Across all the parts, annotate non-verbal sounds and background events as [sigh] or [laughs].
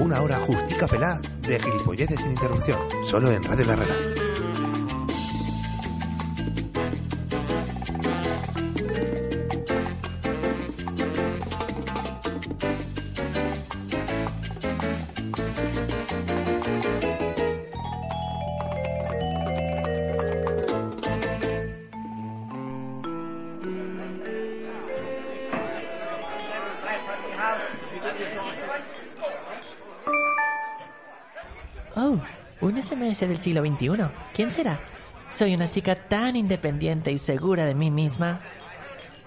Una hora justica pelá de gilipolleces sin interrupción, solo en Radio La Rela. Oh, un SMS del siglo XXI. ¿Quién será? Soy una chica tan independiente y segura de mí misma.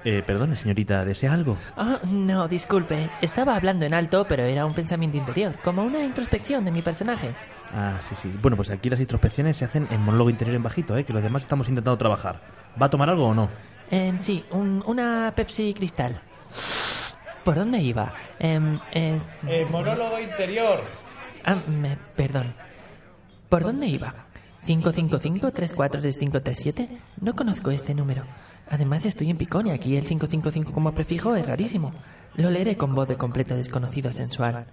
Eh, perdone, señorita, ¿desea algo? Oh, no, disculpe. Estaba hablando en alto, pero era un pensamiento interior, como una introspección de mi personaje. Ah, sí, sí. Bueno, pues aquí las introspecciones se hacen en monólogo interior en bajito, ¿eh? Que los demás estamos intentando trabajar. ¿Va a tomar algo o no? Em, sí, un- una Pepsi Cristal. ¿Por dónde iba? Em, eh, monólogo interior. ah, me- perdón. ¿Por dónde iba? ¿555-346537? No conozco este número. Además, estoy en Picón y aquí el 555 como prefijo es rarísimo. Lo leeré con voz de completo desconocido sensual.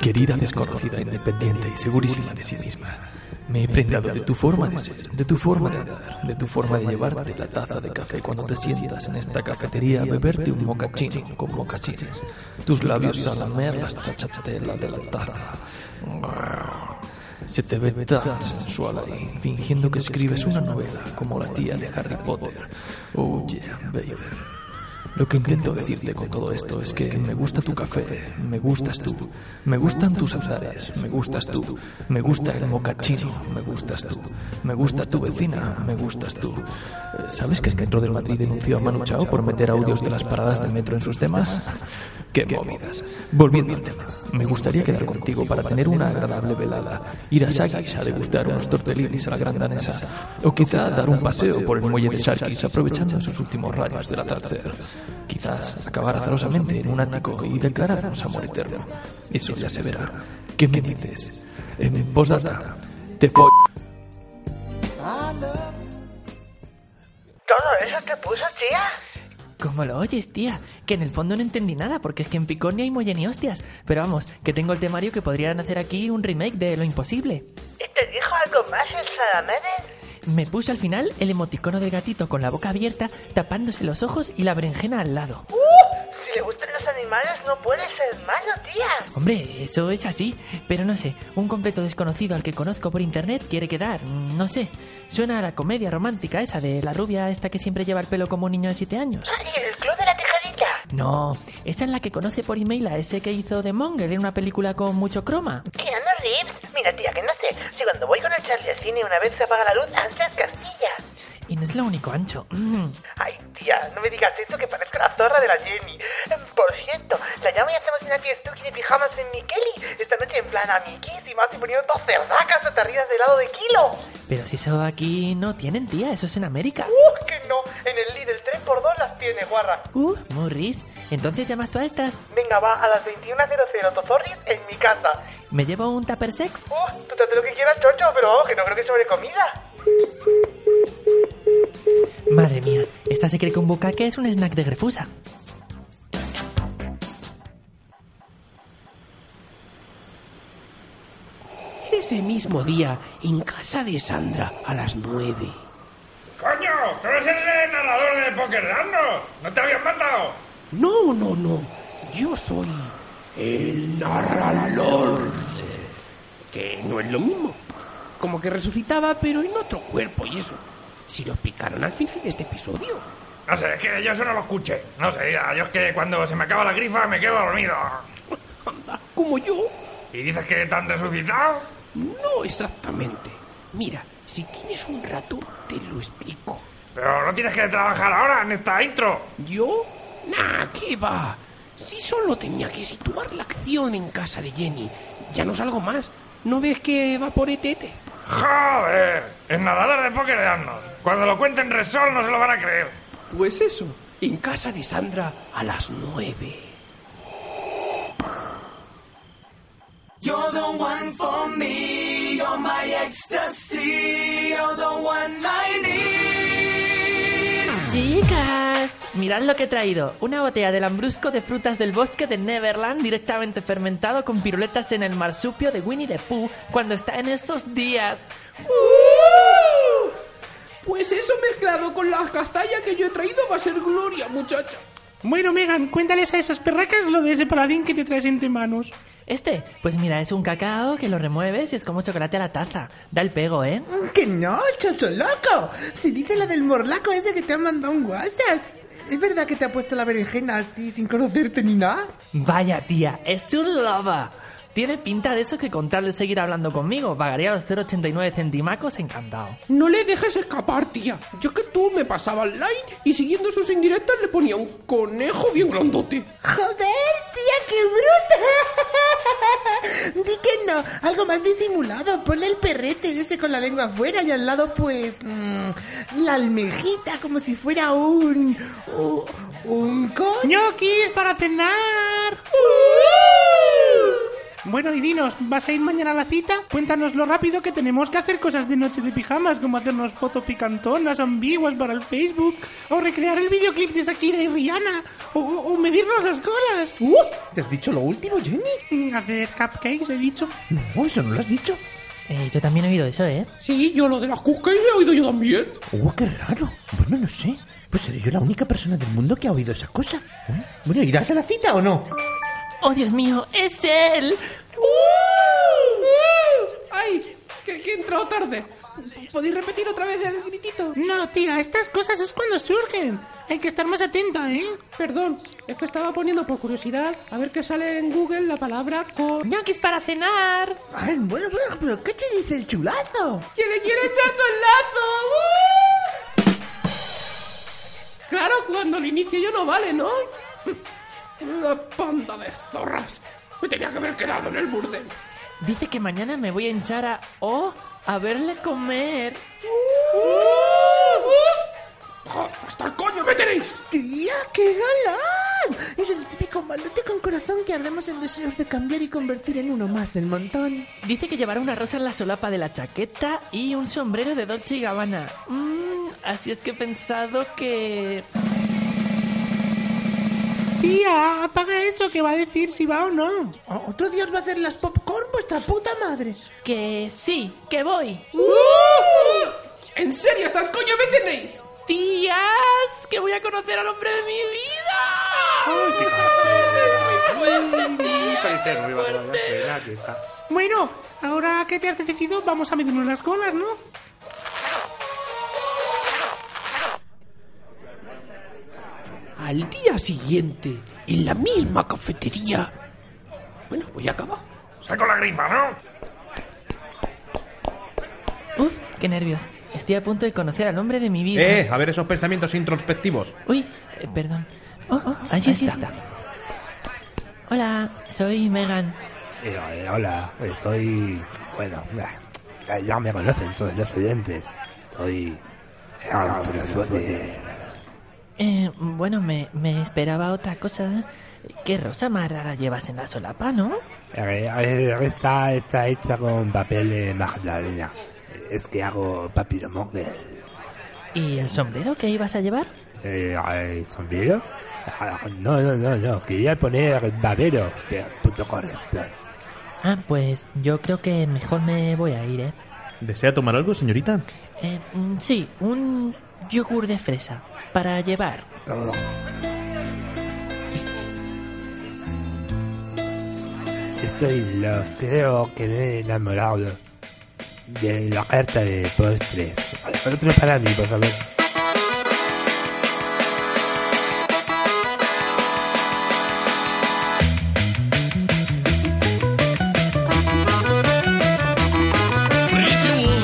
Querida desconocida, independiente y segurísima de sí misma, me he prendado de tu forma de ser, de tu forma de andar, de tu forma de llevarte la taza de café cuando te sientas en esta cafetería a beberte un mocachino con mocachines, tus labios a lamer las chachatelas de la taza. Se te ve tan sensual ahí, fingiendo que escribes una novela como la tía de Harry Potter. Oh yeah, baby. Lo que intento decirte con todo esto es que me gusta tu café, me gustas tú, me gustan tus azares, me gustas tú, me gusta el mocachino, me gustas tú, me gusta tu vecina, me gustas tú. Eh, ¿Sabes que el Metro de Madrid denunció a Manu Chao por meter audios de las paradas de metro en sus temas? ¡Qué movidas! Volviendo al tema, me gustaría quedar contigo para tener una agradable velada, ir a Sagis a degustar unos tortellini a la gran danesa, o quizá dar un paseo por el muelle de Sarkis aprovechando sus últimos rayos del atardecer. Quizás acabar azarosamente en un ático y declararnos amor eterno. Eso ya se verá. ¿Qué me dices? En postdata, te fo... ¿Todo eso que puso, tía? ¿Cómo lo oyes, tía? Que en el fondo no entendí nada, porque es que en Picón ni hay muelle ni hostias. Pero vamos, que tengo el temario que podrían hacer aquí un remake de Lo Imposible. ¿Y te dijo algo más el Salamedes? Me puse al final el emoticono del gatito con la boca abierta, tapándose los ojos y la berenjena al lado. ¡Uh! Si le gustan los animales, no puede ser malo, tía. Hombre, eso es así, pero no sé, un completo desconocido al que conozco por internet quiere quedar, mm, no sé. Suena a la comedia romántica esa de la rubia esta que siempre lleva el pelo como un niño de 7 años. ¿Y el club de la tejadita? No, esa es la que conoce por email a ese que hizo de Monger en una película con mucho croma. Keanu Reeves. Mira, tía, que no sé. Si cuando voy con el Charlie al cine una vez se apaga la luz, antes Castilla. Y no es lo único ancho. [clears throat] Mm. Ay, tía, no me digas eso que parezco la zorra de la Jenny. Em, Por cierto, la llamo y hacemos una fiestuki de pijamas en Mikeli. Esta noche en plan amiguis y más y poniendo dos cerdacas hasta arriba de lado de kilo. Pero si eso aquí no tienen, tía, eso es en América. ¡Uh, que no! En el Lidl 3x2 las tiene, guarra. Uh, Morris, entonces llamas tú a estas. Venga, va, a las 21.00 Tozorris en mi casa. ¿Me llevo un tupper sex? ¡Uh, tú trate lo que quieras, chocho, pero vamos, que no creo que sobre comida. Madre mía, esta se cree que un bucaque es un snack de grefusa. Ese mismo día, en casa de Sandra, a las nueve. ¡Coño! ¡Tú eres el narrador de Pokerlando! ¡No te habían matado! No, no, no. Yo soy el narrador. Que no es lo mismo. Como que resucitaba, pero en otro cuerpo y eso. Si lo picaron al final de este episodio. No sé, es que yo eso no lo escuché. No sé, mira, yo es que cuando se me acaba la grifa me quedo dormido. Anda, como yo. ¿Y dices que tan resucitado? No exactamente. Mira, si tienes un rato, te lo explico. Pero no tienes que trabajar ahora en esta intro. ¿Yo? Nah, ¿qué va? Si solo tenía que situar la acción en casa de Jenny, ya no salgo más. ¿No ves que va por E ETT? ¡Joder! El nadador de póker de Arnold. Cuando lo cuenten Resol no se lo van a creer. Pues eso, en casa de Sandra a las nueve. You're the one for me. You're my ecstasy. You're the one I need. Chicas, mirad lo que he traído. Una botella de lambrusco de frutas del bosque de Neverland directamente fermentado con piruletas en el marsupio de Winnie the Pooh cuando está en esos días. Pues eso mezclado con la cazalla que yo he traído va a ser gloria, muchacha. Bueno, Megan, cuéntales a esas perracas lo de ese paladín que te traes entre manos. Este, pues mira, es un cacao que lo remueves y es como chocolate a la taza. Da el pego, ¿eh? Que no, chocho loco. Si dice lo del morlaco ese que te ha mandado un WhatsApp. ¿Es verdad que te ha puesto la berenjena así sin conocerte ni nada? Vaya tía, es un loba. Tiene pinta de eso que contarle seguir hablando conmigo. Pagaría los 0,89 centimacos encantado. No le dejes escapar, tía. Yo que tú me pasaba online y siguiendo sus indirectas le ponía un conejo bien grandote. ¡Joder, tía, qué bruta! Di que no, algo más disimulado. Ponle el perrete ese con la lengua afuera y al lado, pues. mmm, la almejita, como si fuera un. u- un coño. ¡Ñoquis para cenar! ¡Uh! Bueno, y dinos, ¿vas a ir mañana a la cita? Cuéntanos lo rápido que tenemos que hacer cosas de noche de pijamas, como hacernos fotos picantonas, ambiguas para el Facebook, o recrear el videoclip de Shakira y Rihanna, o, o medirnos las colas, ¡Uh! ¿Te has dicho lo último, Jenny? Mm, hacer cupcakes, he dicho. No, eso no lo has dicho. Eh, yo también he oído eso, ¿eh? Sí, yo lo de las cupcakes lo he oído yo también. ¡Uh, qué raro! Bueno, no sé. Pues seré yo la única persona del mundo que ha oído esa cosa. Bueno, ¿irás a la cita o no? ¡Oh, Dios mío! ¡Es él! ¡Ay! Que, que he entrado tarde. P- ¿Podéis repetir otra vez el gritito? No, tía, estas cosas es cuando surgen. Hay que estar más atenta, ¿eh? Perdón, es que estaba poniendo por curiosidad a ver qué sale en Google la palabra con... ¡Ñoquis para cenar! Ay, bueno, bueno, pero ¿qué te dice el chulazo? ¡Que le quiero echar todo el lazo! ¡Uh! Claro, cuando lo inicio yo no vale, ¿no? Una panda de zorras. Me tenía que haber quedado en el burdel. Dice que mañana me voy a hinchar a... ¡Oh! A verle comer. ¡Joder, ¡Hasta el coño me tenéis! ¡Tía, qué galán! Es el típico malote con corazón que ardemos en deseos de cambiar y convertir en uno más del montón. Dice que llevará una rosa en la solapa de la chaqueta y un sombrero de Dolce y Gabbana. Mm, así es que he pensado que... Tía, apaga eso que va a decir si va o no. O- Otro día os va a hacer las popcorn vuestra puta madre. Que sí, que voy. ¡Uh! ¡Uh! ¡Uh! ¡En serio, hasta el coño me tenéis! ¡Tías! ¡Que voy a conocer al hombre de mi vida! ¡Fuerte, tía! ¡Fuerte! Bueno, ahora que te has decidido, vamos a medirnos las colas, ¿no? Al día siguiente, en la misma cafetería. Bueno, voy a acabar. Saco la grifa, ¿no? Uf, qué nervios. Estoy a punto de conocer al hombre de mi vida. ¡Eh! A ver esos pensamientos introspectivos. Uy, eh, perdón. Oh, oh, allí, está. Hola, soy Megan. Eh, eh, hola, estoy... Bueno, eh, ya me conocen todos los oyentes. Soy... eh, Arturo Suárez. Eh, bueno, me, me esperaba otra cosa. ¿Qué rosa más rara llevas en la solapa, no? Eh, eh, Está, está hecha con papel de magdalena. Eh, Es que hago papiromonger. ¿Y el sombrero que ibas a llevar? Eh, eh, ¿Sombrero? Ah, No, no, no, no. Quería poner babero, pero puto correcto. Ah, pues yo creo que mejor me voy a ir, ¿eh? ¿Desea tomar algo, señorita? Eh, mm, sí, un yogur de fresa para llevar. Oh, Estoy en love. Creo que me he enamorado de la carta de postres. Otro para mí, por favor.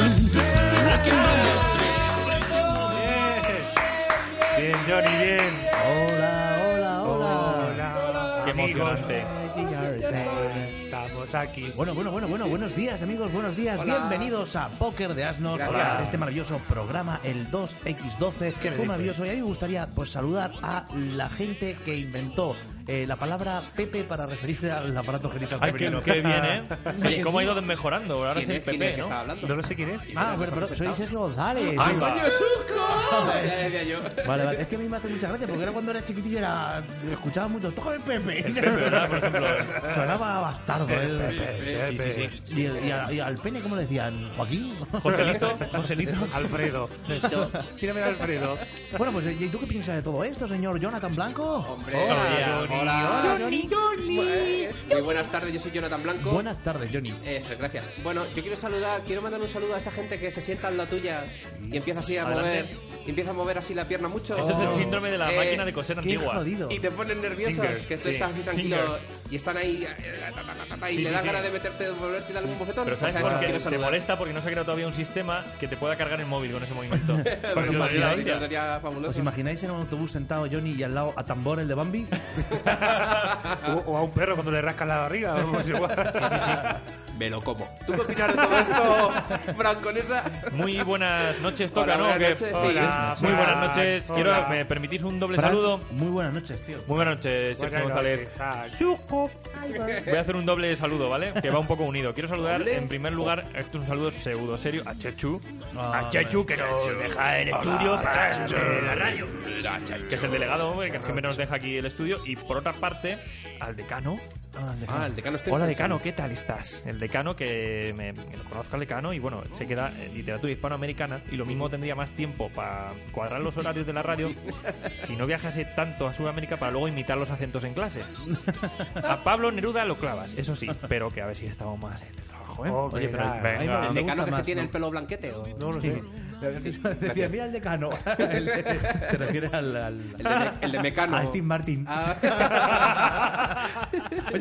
Pretty woman, adelante. Estamos aquí. Bueno, bueno, bueno, bueno, buenos días amigos, buenos días, Hola. bienvenidos a Póker de Asnos, Gracias. Hola. este maravilloso programa, el 2X12, que fue ¿Qué me dices? maravilloso y a mí me gustaría pues saludar a la gente que inventó eh, la palabra Pepe para referirse al aparato genital Ay, qué, femenino. qué bien, [laughs] ¿eh? Oye, ¿cómo ha ido de... mejorando? Ahora ¿Quién sí es? es ¿Quién es Pepe, que ¿no? estaba hablando? No lo Ah, sé quién es. Ah, bueno, pero soy Sergio González. Ay, va. ¡Coño, [laughs] Vale, vale, es que a mí me hace mucha gracia porque era cuando era chiquitillo era... escuchaba mucho, tócame Pepe. Sonaba a bastardo, ¿eh? Sí, sí, sí. ¿Y, el- y al- y al pene cómo le decían? ¿Joaquín? [laughs] Joselito, Joselito. Alfredo. Mírame a Alfredo. Bueno, pues ¿y tú qué piensas de todo esto, señor Jonathan Blanco? Hombre, Hola, hola. Pues, Johnny, Johnny. Muy buenas tardes, yo soy Jonathan Blanco. Buenas tardes, Johnny. Eso, gracias. Bueno, yo quiero saludar, quiero mandar un saludo a esa gente que se sienta en la tuya y empieza así a Adelante. mover, y empieza a mover así la pierna mucho. Eh, Eso es el síndrome de la máquina de coser antigua. Y te ponen nervioso, Singer, que tú sí. estás así tranquilo Singer. y están ahí eh, ta, ta, ta, ta, ta, y Sí, le sí, dan sí. ganas de meterte, de volverte y darle un bofetón. Pero O ¿sabes sea, eso por quiero qué? Te saludar. molesta porque no se ha creado todavía un sistema que te pueda cargar el móvil con ese [laughs] movimiento. Porque ¿Os lo haría imagináis? ella. ¿Os imagináis en un autobús sentado Johnny y al lado a tambor el de Bambi? O, o a un perro cuando le rascan la barriga. [laughs] vamos, igual. Me lo como. ¿Tú qué opinas de todo esto, Frank, con esa? Muy buenas noches, toca, Hola, ¿no? buenas noches, Que- sí. Hola, Sí, sí. muy buenas Hola, noches. hola. Quiero, ¿Me permitís un doble Fran, saludo? Muy buenas noches, tío. Muy buenas noches, Sergio Buenas Ah, González. Voy a hacer un doble saludo, ¿vale? Que va un poco unido. Quiero saludar, ¿Doble? en primer lugar, esto es un saludo pseudo serio, a Chechu. Ah, a Chechu, que nos Chechu. deja el Hola, estudio para Chechu. eh, la radio. Que es el delegado, hombre, que siempre nos deja aquí el estudio. Y por otra parte, al decano. Ah, el decano Stephenson. Hola, decano, este. ¿qué tal estás? El decano que me, que lo conozco al decano y bueno, se queda en literatura hispanoamericana y lo mismo tendría más tiempo para cuadrar los horarios de la [laughs] radio si no viajase tanto a Sudamérica para luego imitar los acentos en clase. A Pablo Neruda lo clavas, eso sí, pero que a ver si estamos más en el trabajo, ¿eh? Hombre, nada. Oh, Ahí va, ¿El me decano gusta que más, tiene ¿no? el pelo blanquete? o- [laughs] Decía, mira el [laughs] decano. El de- se refiere al. al- El de me- el de Mecano. A Steve Martin. [laughs] Oye,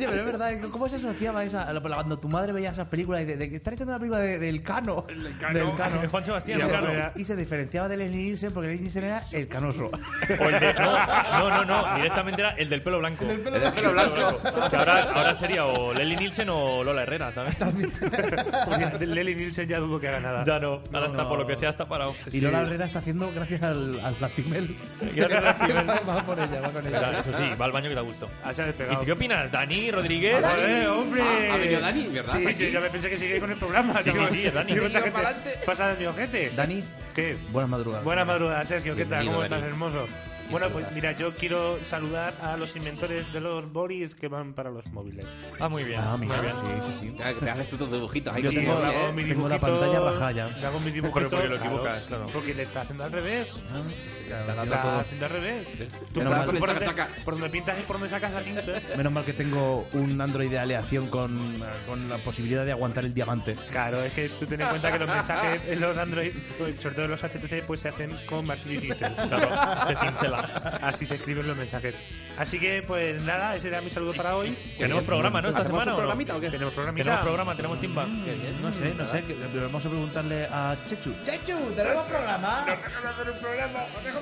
pero es verdad, ¿eh? ¿cómo se asociaba esa. la- Cuando tu madre veía esas películas y de, de que están echando una película de- del cano. Del Cano. De Juan Sebastián y, se- Cano. y se diferenciaba de Leslie Nielsen porque Leslie Nielsen era el canoso. O el de- no, no, no, no, directamente era el del pelo blanco. El del pelo, blanco. [laughs] Que ahora, ahora sería o Lely Nielsen o Lola Herrera también. Porque Lely Nielsen ya dudo que haga nada. Ya no, ahora está no. por lo que sea, está parado. Y Lola Herrera está haciendo gracias al, al Plastimel. Gracias al Plastimel. [laughs] va por ella, va con ella. Ah, Mira, Eso sí, va al baño que da gusto. despegado. ¿Y qué opinas, Dani Rodríguez? Dani. Joder, hombre. Ah, Sí, sí, yo me pensé que seguía con el programa. Sí, sí, sí, es Dani. Digo, esta gente Pasa de mi ojete. Dani. ¿Qué? Buenas madrugadas. Buenas madrugadas, Sergio. ¿Qué tal? Bienvenido, ¿Cómo Dani. estás, hermoso? Bueno, pues saludas. mira, yo quiero saludar a los inventores de los bolis que van para los móviles. Ah, muy bien. Ah, muy mira, bien. sí, sí, sí. Ah, que te haces tú tus dibujitos. ahí, Yo tío, tengo, ¿eh? hago mi Tengo la dibujito- pantalla baja ya. [laughs] Hago mi dibujito. Pero porque lo equivocas, claro. Porque le está haciendo al revés. Ah, claro, Está claro. haciendo al revés. Tú Menos por- mal. por Chaca, donde- chaca. por donde pintas y por donde sacas la tinta. Menos mal que tengo un Android de aleación con, eh, con la posibilidad de aguantar el diamante. Claro, es que tú ten en cuenta que [laughs] los mensajes en los Android, pues, sobre todo en los HTTP, pues se hacen con martillo y pincel. Claro, se pincela. Así se escriben los mensajes. Así que, pues nada, ese era mi saludo para hoy. Tenemos programa, ¿no? Esta ¿Hacemos semana. o un no? programita o qué? Tenemos programita. Tenemos programa, tenemos timba. Mm, No sé, no sé, que- pero vamos a preguntarle a Chechu. Chechu, tenemos programa. Mira,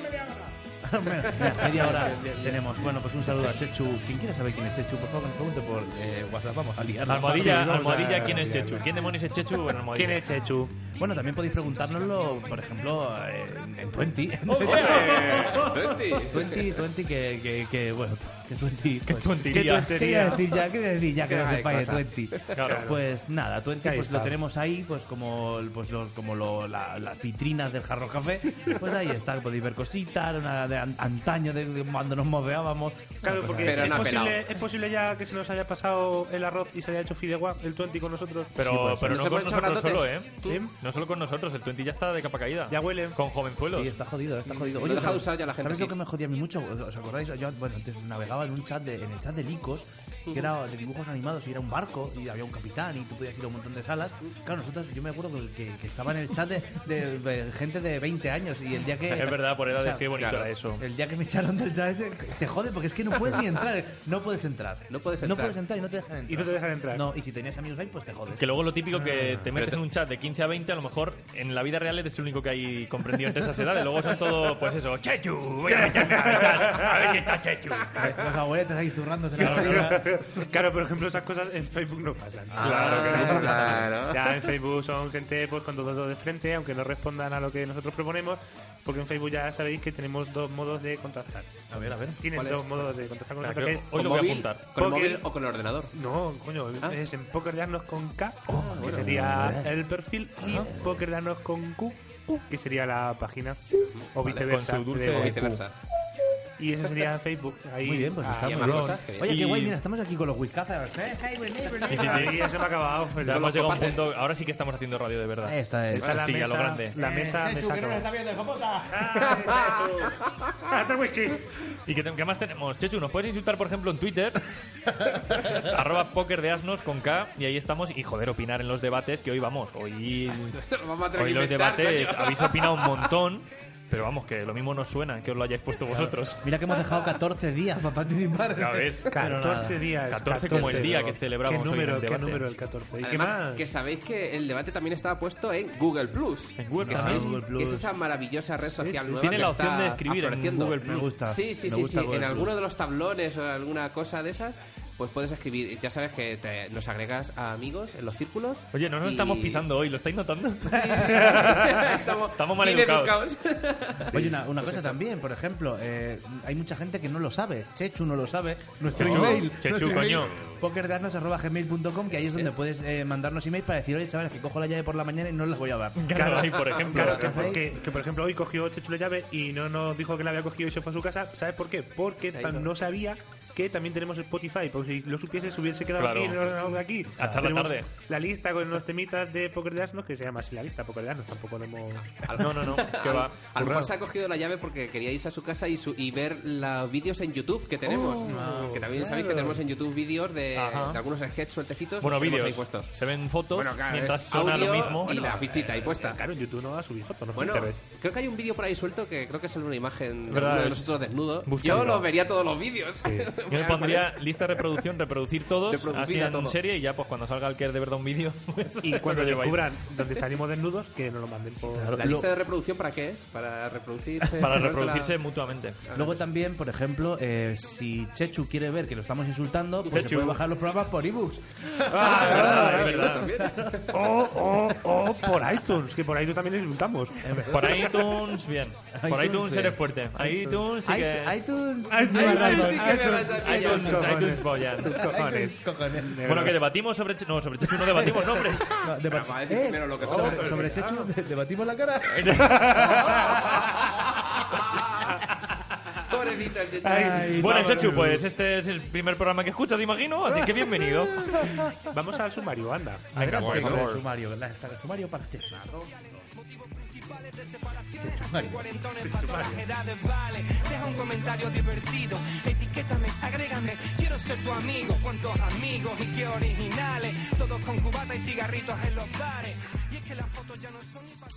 Media [laughs] hora tenemos. Bueno, pues un saludo a Chechu. Quien quiera saber quién es Chechu, por favor, que nos pregunte por eh, WhatsApp. Vamos a liarnos. Almohadilla, Vamos a- almohadilla, ¿quién es Chechu? ¿Quién demonios es Chechu? Bueno, almohadilla. ¿Quién es Chechu? Bueno, también podéis preguntárnoslo, por ejemplo, eh, en Twenty. [laughs] ¡Hombre! Twenty, Twenty, que, que, que, bueno, que Twenty. pues, Que tuentiría. ¿Qué voy a decir ya? ¿Qué voy a decir ya que no Ay, sepáis de cosa. Twenty? Claro. Pues nada, Twenty Ahí pues lo está. tenemos ahí, pues como, pues los, como lo- la- las vitrinas del jarro café. Pues ahí está, podéis ver cositas, una de an- antaño, de de cuando nos moveábamos. Pues Claro, porque es, posible, es posible ya que se nos haya pasado el arroz y se haya hecho fideuá, el 20 con nosotros. Pero, pues pero no con nosotros solo, ¿eh? ¿Sí? No solo con nosotros, el 20 ya está de capa caída. Ya huele. Con jovenzuelos. Sí, está jodido, está jodido. Lo deja ¿sabes- de usar ya la gente, ¿Sabes sí. lo que me jodía a mí mucho? ¿Os acordáis? Yo, bueno, antes navegaba en un chat, de- en el chat de Licos, que era de dibujos animados y era un barco y había un capitán y tú podías ir a un montón de salas. Claro, nosotros, yo me acuerdo que, que- que estaba en el chat de, de- de gente de 20 años y el día que... Es verdad, por edades, qué bonito era eso. El día que me echaron [laughs] del chat ese, te jode porque es que no puedes ni entrar. No puedes entrar. No puedes No entrar. puedes entrar y no te dejan entrar. Y no te dejan entrar. No, y si tenías amigos ahí, pues te jodes. Que luego lo típico que te metes en un chat de 15 a 20, a lo mejor en la vida real eres el único que hay comprendido entre esas edades. Luego son todo, pues eso, Chechu, voy a meterme al chat, a ver si está Chechu. los abueletes ahí zurrándose la locura. [laughs] claro, por ejemplo, esas cosas en Facebook no pasan. Ah, claro que no. claro. Ya en Facebook son gente pues con dos dedos de frente, aunque no respondan a lo que nosotros proponemos, porque en Facebook ya sabéis que tenemos dos modos de contactar. A ver, a ver, Tienen ¿cuál es? dos modos de contactar con Espera, nosotros. creo- que ¿con hoy lo voy a móvil? apuntar. ¿Con el Poker- móvil o con el ordenador? No, coño, Ah. es en Poker Darnos con K, que bueno. sería Vale. el perfil, y Poker Darnos con Q, que sería la página, o Vale, viceversa. con su dulce de o Q. viceversa. Y eso sería en Facebook. Ahí, Muy bien, pues ah, está muy más bien. cosas, qué bien. Oye, qué Y- guay, mira, estamos aquí con los ¿eh? whiskazas. Sí, sí, sí, ya se me ha acabado. pues Ya hemos llegado a un punto. Ahora sí que estamos haciendo radio de verdad. Esta es. Esa es la mesa, lo grande. la mesa me saca. viendo, jopota! Ah, ¡Hasta whisky! ¿Y qué, te- qué más tenemos? Chechu, nos puedes insultar, por ejemplo, [laughs] en Twitter. arroba poker de asnos con K. Y ahí estamos. Y joder, opinar en los debates, que hoy vamos. [laughs] Hoy, Vamos a tener hoy que los inventar, debates coño. habéis opinado un montón. Pero vamos, que lo mismo nos suena que os lo hayáis [laughs] puesto vosotros. Mira que hemos dejado 14 días para participar. Ya ves. Pero nada. 14 días. 14 como el día que celebramos ¿Qué hoy número, el ¿Qué debate. número el 14? ¿Y qué Además, más? que sabéis que el debate también estaba puesto en Google Plus. En Google que Plus. sabéis Ah, Google que es Plus. esa maravillosa red Sí, social sí. nueva Tiene que la opción está de escribir en afloreciendo. Google Plus. Me gusta, Sí, sí, me sí, gusta sí. Google En Plus. alguno de los tablones o en alguna cosa de esas, pues puedes escribir. Ya sabes que te- nos agregas a amigos en los círculos. Oye, no nos y- estamos pisando hoy, ¿lo estáis notando? [laughs] estamos, Estamos mal educados. Oye, una, Pues una cosa también, por ejemplo, eh, hay mucha gente que no lo sabe. Chechu no lo sabe. Nuestro Chechu, email. Chechu, nuestro coño. email, pokerdarnos@gmail.com, que ahí es donde puedes eh, mandarnos email para decir, oye, chavales, que cojo la llave por la mañana y no les voy a dar. Claro, Claro, que, ¿Hacéis? que- que, por ejemplo hoy cogió Chechu la llave y no nos dijo que la había cogido y se fue a su casa. ¿Sabes por qué? Porque Se ha tan- ido. no sabía que también tenemos Spotify. Porque si lo supiese, se hubiese quedado Claro. aquí, no, no, no, aquí. A echar la Tenemos tarde. La lista con los temitas de Poker de Asnos, que se llama así la lista Poker de Asnos. Tampoco lo hemos. No, no, no. Que va. A lo mejor se ha cogido la llave porque quería irse a su casa y, su- y ver los vídeos en YouTube que tenemos. Ah, Oh, que también claro. sabéis que tenemos en YouTube vídeos de, Ajá. de algunos sketches sueltecitos. Bueno, los tenemos ahí vídeos. puestos. Se ven fotos Bueno, claro, mientras es suena lo audio mismo. y la fichita ahí puesta. Claro, en YouTube no va a subir fotos, no Bueno, te ves. creo que hay un vídeo por ahí suelto que creo que sale una imagen de ¿Verdad? uno de Es- nosotros desnudos. Búscalo. Yo los vería todos los vídeos. [laughs] Yo le pondría lista de reproducción, reproducir todos, Reproducir así a en todo. serie y ya pues cuando salga el que es de verdad un vídeo. [laughs] pues, Y cuando cubran descubran donde estaremos desnudos, que nos lo manden por. [laughs] ¿La lista de reproducción para qué es? Para reproducirse. Para ponértela- reproducirse mutuamente. Luego también, por ejemplo, eh, si Chechu quiere ver que lo estamos insultando, pues se Chechu. puede bajar los programas por ebooks. Ah, es verdad, es verdad. O, o, o Oh, por iTunes, que por iTunes también insultamos. Por iTunes, bien. Por iTunes bien. eres fuerte. iTunes sí que... [laughs] iTunes. iTunes, iTunes, pollas. Bueno, que debatimos sobre... Che- No, sobre Chechu no debatimos, no, hombre. Eh, primero lo que oh, sobre, toca. sobre Chechu, de- debatimos [laughs] la cara. Pobrecito el Chechu. bueno, Chechu, pues este es el primer programa que escuchas, imagino, así que bienvenido. [laughs] Vamos al sumario, anda. Venga, por que- favor. Sumario, ¿verdad? Está el sumario para Chechu. cuarentones para todas las edades, vale. Deja un comentario divertido, etiquétame, agrégame. Quiero ser tu amigo, cuántos amigos y qué originales. Todos con cubata y cigarritos en los bares. Y es que las fotos ya no son ni para...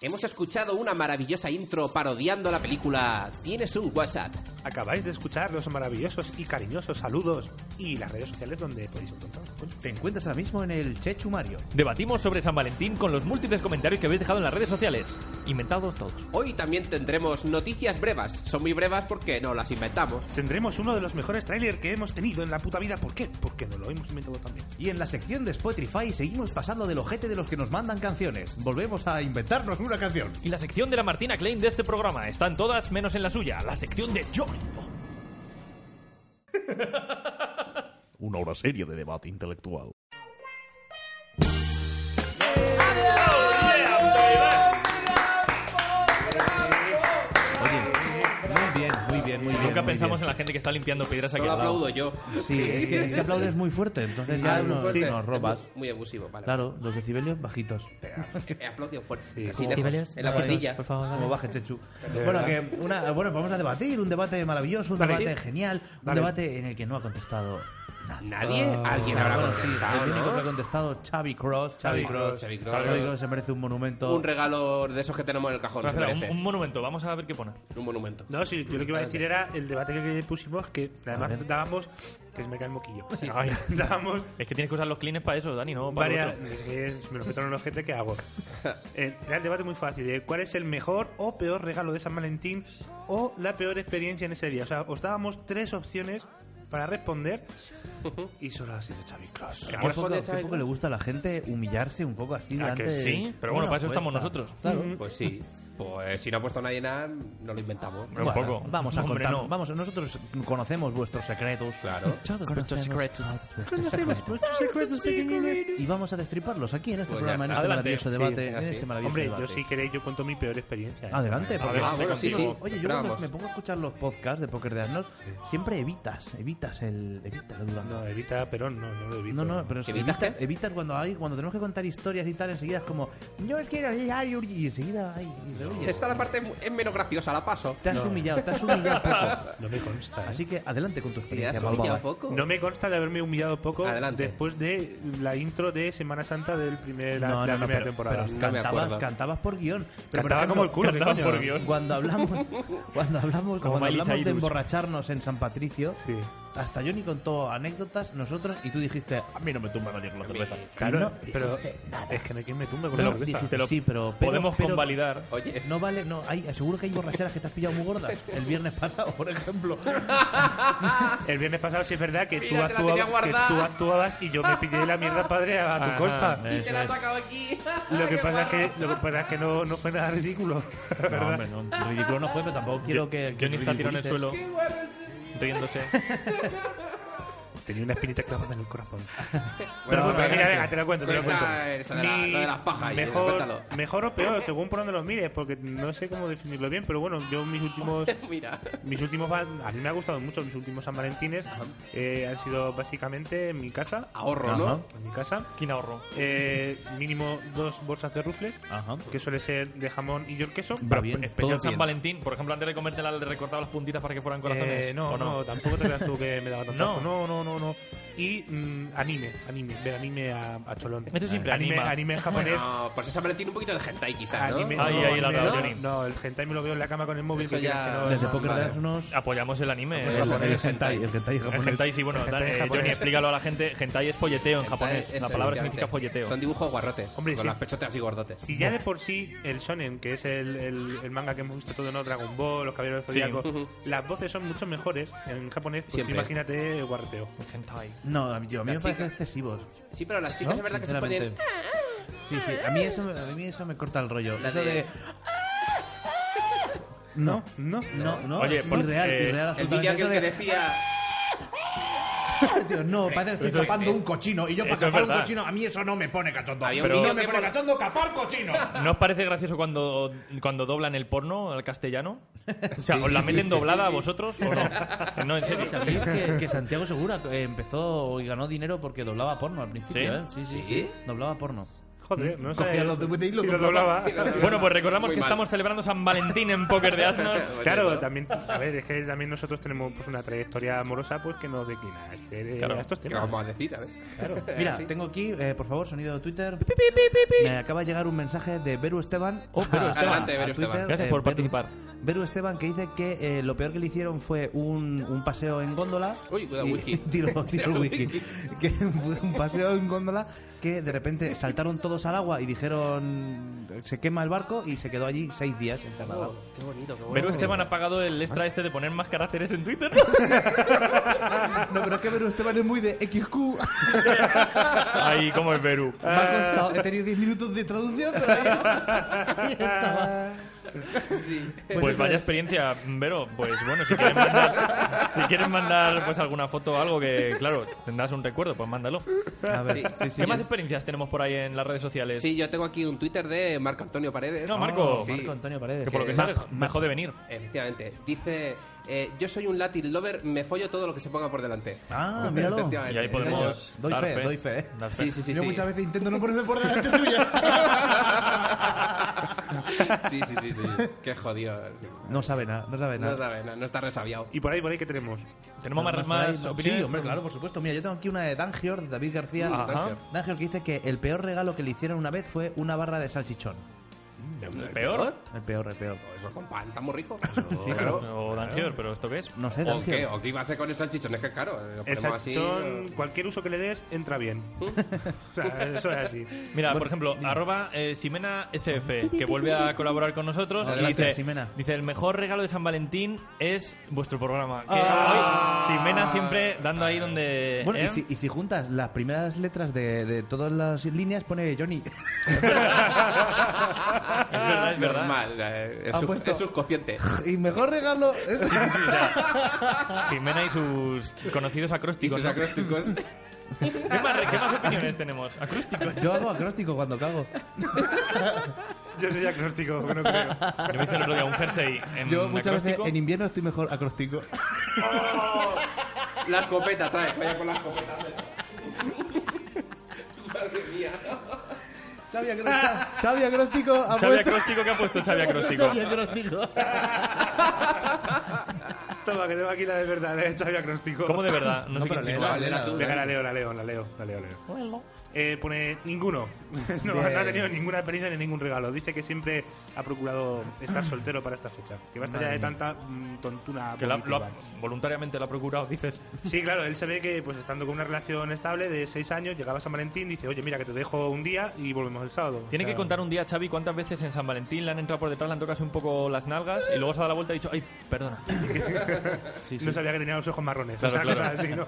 Hemos escuchado una maravillosa intro parodiando la película Tienes un WhatsApp. Acabáis de escuchar los maravillosos y cariñosos saludos y las redes sociales donde podéis encontrarnos. Te encuentras ahora mismo en el Chechu Mario. Debatimos sobre San Valentín con los múltiples comentarios que habéis dejado en las redes sociales. Inventados todos. Hoy también tendremos noticias brevas. Son muy brevas porque no las inventamos. Tendremos uno de los mejores trailers [laughs] que hemos tenido en la puta vida. ¿Por qué? Porque nos lo hemos inventado también. Y en la sección de Spotify seguimos pasando del ojete de los que nos mandan canciones. Volvemos a inventarnos una canción. Y la sección de la Martina Klein de este programa. Están todas menos en la suya. La sección de Johnny. Una hora seria de debate intelectual. Oye, muy bien, muy bien, muy bien. Nunca muy pensamos bien. en la gente que está limpiando piedras aquí Solo al lado. aplaudo yo. Sí, es que, es [laughs] que aplaudes muy fuerte, entonces Ah, ya es muy nos, fuerte. nos robas. Es muy abusivo, vale. Claro, los decibelios bajitos. He aplaudido fuerte. Eh, Así como- lejos, en la barbilla. Como baje, Chechu. De Bueno, verdad. que una, bueno, vamos a debatir, un debate maravilloso, un Dale. debate Sí. genial, un Dale. debate en el que no ha contestado Nadie, Ah, alguien habrá bueno, sí, contestado, el único ¿no? que ha contestado Xavi Cross. Xavi, Xavi Cross, Cross. Xavi Xavi Cross. Cross se merece un monumento. Un regalo de esos que tenemos en el cajón. Espera, se espera, merece. Un monumento, vamos a ver qué pone. Un monumento. No, sí, yo lo que iba a decir era el debate que pusimos, que además dábamos, que me cae [laughs] el moquillo, Ay. dábamos Es que tienes que usar los cleans para eso, Dani, no para lo varias, otro. es que si me lo meto en los gente, [laughs] ¿qué hago? Eh, era el debate muy fácil, de cuál es el mejor o peor regalo de San Valentín o la peor experiencia en ese día. O sea, os dábamos tres opciones [laughs] para responder y solo ha sido Xavi Cross. Qué poco, qué poco le gusta a la gente humillarse un poco así ¿A delante que de- sí? Pero bueno, una para eso apuesta. estamos nosotros. Claro. Pues sí. Pues si no ha puesto nadie nada, no lo inventamos. Bueno, Vamos a contar. Vamos, nosotros conocemos vuestros secretos. Claro. Todos vuestros secretos. Y vamos a destriparlos aquí en este Pues ya programa, en está. este Adelante. maravilloso Sí, debate. en así. este maravilloso Hombre, debate. yo si queréis yo cuento mi peor experiencia. ¿eh? Adelante, porque- contigo. Oye, yo cuando me pongo a escuchar los podcasts de Poker de Arnos, siempre evitas, evitas el evita durante. No, evita, pero no, no lo evito. No, no, pero es que ¿Evitas evita- evitas, cuando hay, cuando tenemos que contar historias y tal, enseguida es como, yo quiero llegar y y enseguida, ay, y le oyes. Esta la parte mu- es menos graciosa, la paso. Te has humillado, te has humillado [laughs] [laughs] poco. No me consta. Así que adelante con tu experiencia, Malvada. No me consta de haberme humillado poco Adelante. después de la intro de Semana Santa del primer, la, No, de la no, no, primera pero- temporada. pero cantabas, cantabas por guión. Pero, por Cantaba como el culo, ¿qué cantabas coño? por guión. Cuando hablamos, cuando hablamos, Como cuando Miley hablamos de Cyrus. emborracharnos en San Patricio, hasta Johnny contó anécdotas, nosotros, y tú dijiste, a mí no me tumba nadie con la cerveza. [laughs] Claro, Y no pero dijiste nada. es que no hay quien me tumbe con Pero la cabeza. dijiste, sí, pero, pero- pero- No vale, no, hay, seguro que hay borracheras que te has pillado muy gordas. El viernes pasado, por [laughs] ejemplo. El viernes pasado sí es verdad que, [laughs] tú, Mira, te la actuaba- tenía que guardada. tú actuabas y yo me pillé la mierda padre a, a tu Ajá, culpa. eso Y te la es. sacado aquí. Lo que pasa es que, lo que, pasa es que no, no fue nada ridículo. [laughs] No, hombre, no, ridículo no fue, pero tampoco quiero que. Johnny está tirado en el suelo, riéndose. Tenía una espinita clavada en el corazón. Bueno, Pero bueno, venga, mira, tío. venga, te lo cuento, te lo Cuenta cuento. eso de la- Mi- lo de las pajas y eso, Mejor, cuéntalo. mejor o peor, según por donde los mires, porque no sé cómo definirlo bien, pero bueno, yo mis [laughs] últimos. Mira. Mis últimos. van- A mí me ha gustado mucho mis últimos San Valentines. eh, han sido básicamente en mi casa. Ahorro, ¿no? Ajá. En mi casa. ¿Quién ahorro? Eh, mínimo dos bolsas de rufles, que suele ser de jamón y yo queso. Pero especial todo San bien. Valentín, por ejemplo, antes de comértela le recortaba las puntitas para que fueran corazones. Eh, no, ¿o no, tampoco te [laughs] creas tú que me daba tanto. [laughs] No. asco. no, no, no, no. Y mm, anime, anime, ver anime a, a Cholón. Esto siempre anime, anima. anime en japonés. Bueno, pues esa Valentín un poquito de hentai quizás, ¿no? Anime, no, anime, no, no, el hentai me lo veo en la cama con el móvil. Eso que quieras ya- que no, Desde no, Poker vale. Dance Apoyamos el anime. Apoyamos el japonés. hentai, el hentai japonés. El hentai, sí, bueno, El da- hentai eh, japonés. Johnny, explícalo a la gente. Hentai es folleteo en japonés. es la palabra folleteo. significa folleteo. Son dibujos guarrotes. Hombre, con sí. las pechotas y gordotes. Si [laughs] ya de por sí el shonen, que es el, el- el manga que hemos visto todo, ¿no? Dragon Ball, los caballeros del Sí. Zodiaco, las voces son mucho mejores en japonés, pues Siempre. imagínate el guarreteo. Hentai. [laughs] No, a mí, yo, a mí me Las parecen chicas. excesivos. Sí, pero las chicas es verdad que se Sinceramente. ponen- Sí, sí, a mí eso, me- a mí eso me corta el rollo. La Eso de- de... No, no, no, no. Oye, es por- irreal, eh, irreal El absolutamente. niño aquel Eso que de- decía... Tío, no, parece que Eso estoy es- tapando un cochino. Y yo para Eso es tapar un verdad. cochino, a mí eso no me pone cachondo. Había un Pero- niño no me que pone pone- cachondo capar cochino. ¿No os parece gracioso cuando, cuando doblan el porno al castellano? O sea, Sí. ¿os la meten doblada a vosotros o no? [laughs] No, en serio. ¿Sabéis que, que Santiago Segura eh, empezó y ganó dinero porque doblaba porno al principio? ¿eh? ¿Sí? Sí, sí, ¿Sí? sí. Doblaba porno. Joder, no sé. Mm. Cogía los DVD y los Y los doblaba. doblaba. Bueno, pues recordamos Muy que mal. estamos celebrando San Valentín en Póker de [laughs] [laughs] Asnos. Claro, también, a ver, es que también nosotros tenemos pues, una trayectoria amorosa pues que nos declina a, este, Claro. a estos ¿Qué temas. vamos a decir? A ver. Claro. Mira, tengo aquí, eh, por favor, sonido de Twitter. Me acaba de llegar un mensaje de Beru Esteban. Oh, Beru A- Esteban. Adelante, a Beru Twitter, Esteban. Gracias por Beru- participar. Beru Esteban que dice que eh, lo peor que le hicieron fue un, un paseo en góndola. Uy, cuidado, y- wiki. [laughs] Tiro, tiro el wiki. Que fue un paseo en góndola que de repente saltaron todos al agua y dijeron se quema el barco y se quedó allí seis días enterrado. [laughs] Qué bonito, qué Pero Esteban ha pagado el extra este de poner más caracteres en [laughs] Twitter. No, pero es que Beru Esteban es muy de XQ. Ay, cómo es [laughs] Perú. Me ha costado, he tenido 10 minutos de traducción, pero ahí, ahí estaba. Pues, Pues eso vaya es. experiencia, Vero. Pues bueno, si [laughs] quieres mandar, si quieres mandar pues alguna foto o algo que, claro, tendrás un recuerdo, pues mándalo. A ver, Sí. sí, sí. ¿Qué más experiencias tenemos por ahí en las redes sociales? Sí, yo tengo aquí un Twitter de Marco Antonio Paredes. No, Marco. Sí. Marco Antonio Paredes. Que por lo Eh, que sabes, Marco, me Marco. jode venir. Eh, Efectivamente. Dice, eh, yo soy un Latin lover, me follo todo lo que se ponga por delante. Ah, míralo. Efectivamente. Y ahí podemos Doy dar fe, fe. doy ¿eh? fe. ¿eh? Dar fe. Sí, sí, sí. Yo muchas veces intento no ponerme por delante suya. [laughs] Sí, sí, sí, sí. Qué jodido. No sabe nada, no sabe nada. No sabe nada, no está resabiado. Y por ahí, por ahí, ¿qué tenemos? Tenemos más- más opiniones. Sí, hombre, claro, por supuesto. Mira, yo tengo aquí una de Dangior, de David García. Ajá. Dangior. Dangior que dice que el peor regalo que le hicieron una vez fue una barra de salchichón. Mm, ¿El peor? El peor, el peor. Eso con pan, está muy rico. Sí, O Dangier, pero ¿esto qué es? No sé, ¿O qué? ¿O qué iba a hacer con el salchichón? Es que es caro. Lo El ponemos así. salchichón, cualquier uso que le des, entra bien. [laughs] o sea, eso es así. Mira, por ejemplo, arroba eh, Simena SF, que vuelve a colaborar con nosotros. y Adelante, dice, Ximena. dice, el mejor regalo de San Valentín es vuestro programa. Que Ah. hoy Simena siempre dando ahí donde... Bueno, ¿eh? y, si, y si juntas las primeras letras de, de todas las líneas, pone [laughs] Johnny. Es verdad, es verdad. Normal, eh, es, Ah. Ha sub- puesto- es [laughs] subconsciente. y mejor regalo. Jimena y sus conocidos acrósticos. Y sus ¿no? acrósticos. ¿Qué más, qué más opiniones tenemos? Acrósticos. Yo hago acróstico cuando cago. Yo soy acróstico, no creo. Yo me hice el otro día un jersey en Yo muchas acróstico. veces en invierno estoy mejor acróstico. La escopeta, trae, vaya con la escopeta. [laughs] Madre mía. Xavi Acro- Xa- Xavi acróstico. ha Xavi puesto- Acróstico, ¿qué ha puesto Xavi Acróstico? Xavi acróstico. [laughs] Toma, que tengo aquí la de verdad, la de Xavi acróstico. ¿Cómo de verdad? No No, sé pero quién léela, chico. léela tú, Venga, léela. la leo, la leo, la leo, la leo, la leo. Eh, pone ninguno. [laughs] no, Bien. no ha tenido ninguna experiencia ni ningún regalo. Dice que siempre ha procurado estar soltero para esta fecha. Que basta ya Madre de mía. tanta mm, Ah, tontuna. Que la- lo punitiva. ha- voluntariamente lo ha procurado, dices. Sí, claro, él se ve que pues estando con una relación estable de seis años, llegaba San Valentín, dice, oye, mira, que te dejo un día y volvemos el sábado. Tiene que contar un día, Xavi, cuántas veces en San Valentín le han entrado por detrás, le han tocado así un poco las nalgas y luego se ha dado la vuelta y ha dicho, ay, [laughs] perdona. sí. No sabía que tenía los ojos marrones. Claro, o sea, claro. cosas así, ¿no?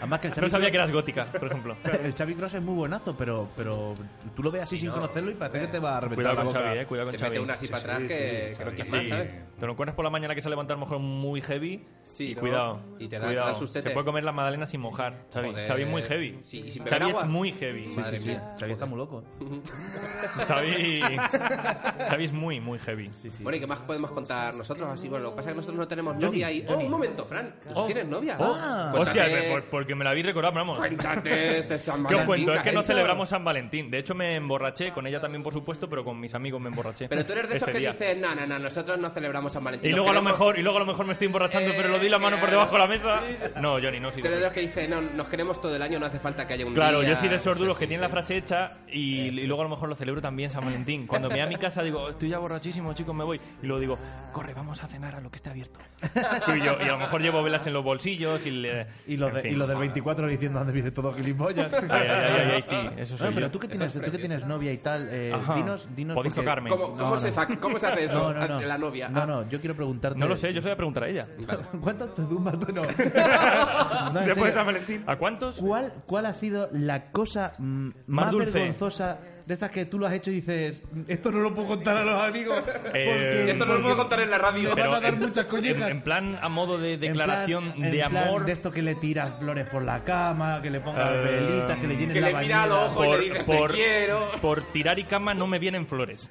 Además que el Xavi No sabía Cross- que eras gótica, por ejemplo. El Xavi Cross es muy buenazo, pero, pero tú lo ves así sin conocerlo y parece que te va a Cuidado reventar la con boca. Xavi, eh, cuidado con Te Xavi. mete una así para atrás que- que no quieres más, ¿sabes? Te lo encuentras por la mañana que se ha levantado a lo mejor muy heavy. Sí, y ¿no? cuidado. Y te da- cuidado. te da sus Se tetes. puede comer la magdalena sin mojar. Xavi, Joder. Xavi es muy heavy. Sí, y sin beber Xavi es aguas. muy heavy. Sí, sí, Madre sí. mía. Xavi está muy loco. Xavi... Xavi es muy, muy heavy. Bueno, ¿y qué más podemos contar nosotros? Así, bueno, lo que pasa es que nosotros no tenemos Johnny, novia y... Johnny. ¡Oh, un momento, Fran! ¿Tú sí tienes novia? Oh, hostia, Ah, Cuéntate- por- porque me la habéis recordado, pero vamos. Cuéntate [laughs] este San ¿Qué Valentín os cuento? que Es que has no hecho. celebramos San Valentín. De hecho, me emborraché, con ella también, por supuesto, pero con mis amigos me emborraché. Pero tú eres de esos ese que día. dices, no, no, no, nosotros no celebramos San Valentín. Y nos luego a lo queremos- mejor, y luego a lo mejor me estoy emborrachando, pero lo di la mano por debajo de la mesa. Eh, No, Johnny, no soy Tú de eres de esos. los que dice, no, nos queremos todo el año, no hace falta que haya un Claro, día". yo soy de esos duros Sí, que sí, tienen sí. la frase hecha y, y luego a lo mejor lo celebro también San Valentín. Cuando me voy a mi casa digo, estoy ya borrachísimo, chicos, me voy. Y luego digo, corre, vamos a cenar a lo que está abierto. Tú y yo. Y a lo mejor llevo velas en los bolsillos y le... Y los, en de, fin. y los del 24 diciendo dónde viene todo gilipollas. Ay, ay, ay, ay, ay, sí, eso soy Bueno, pero yo. tú que Eso tienes, es tú que precioso. tienes novia y tal, eh, Ajá. dinos, dinos. Podéis tocarme. ¿Cómo- cómo se saca- cómo se hace eso No, no, no. ante la novia? No, no, yo quiero preguntarte. No lo sé, yo se voy a preguntar [laughs] a ella. ¿Cuánto te duma [laughs] tú [laughs] no? No, Después en de serio. San Valentín. ¿A cuántos? ¿Cuál, ¿Cuál ha sido la cosa mm, más, dulce. vergonzosa de estas que tú lo has hecho y dices, esto no lo puedo contar a los amigos? Eh, porque- Esto no lo puedo contar en la radio. Pero Me van a dar en- muchas en, en plan, a modo de declaración En plan- de en plan amor. De esto que le tiras flores por la cama, que le pongas eh, velitas, que le llenes la bañera. por, por tirar y cama no me vienen flores.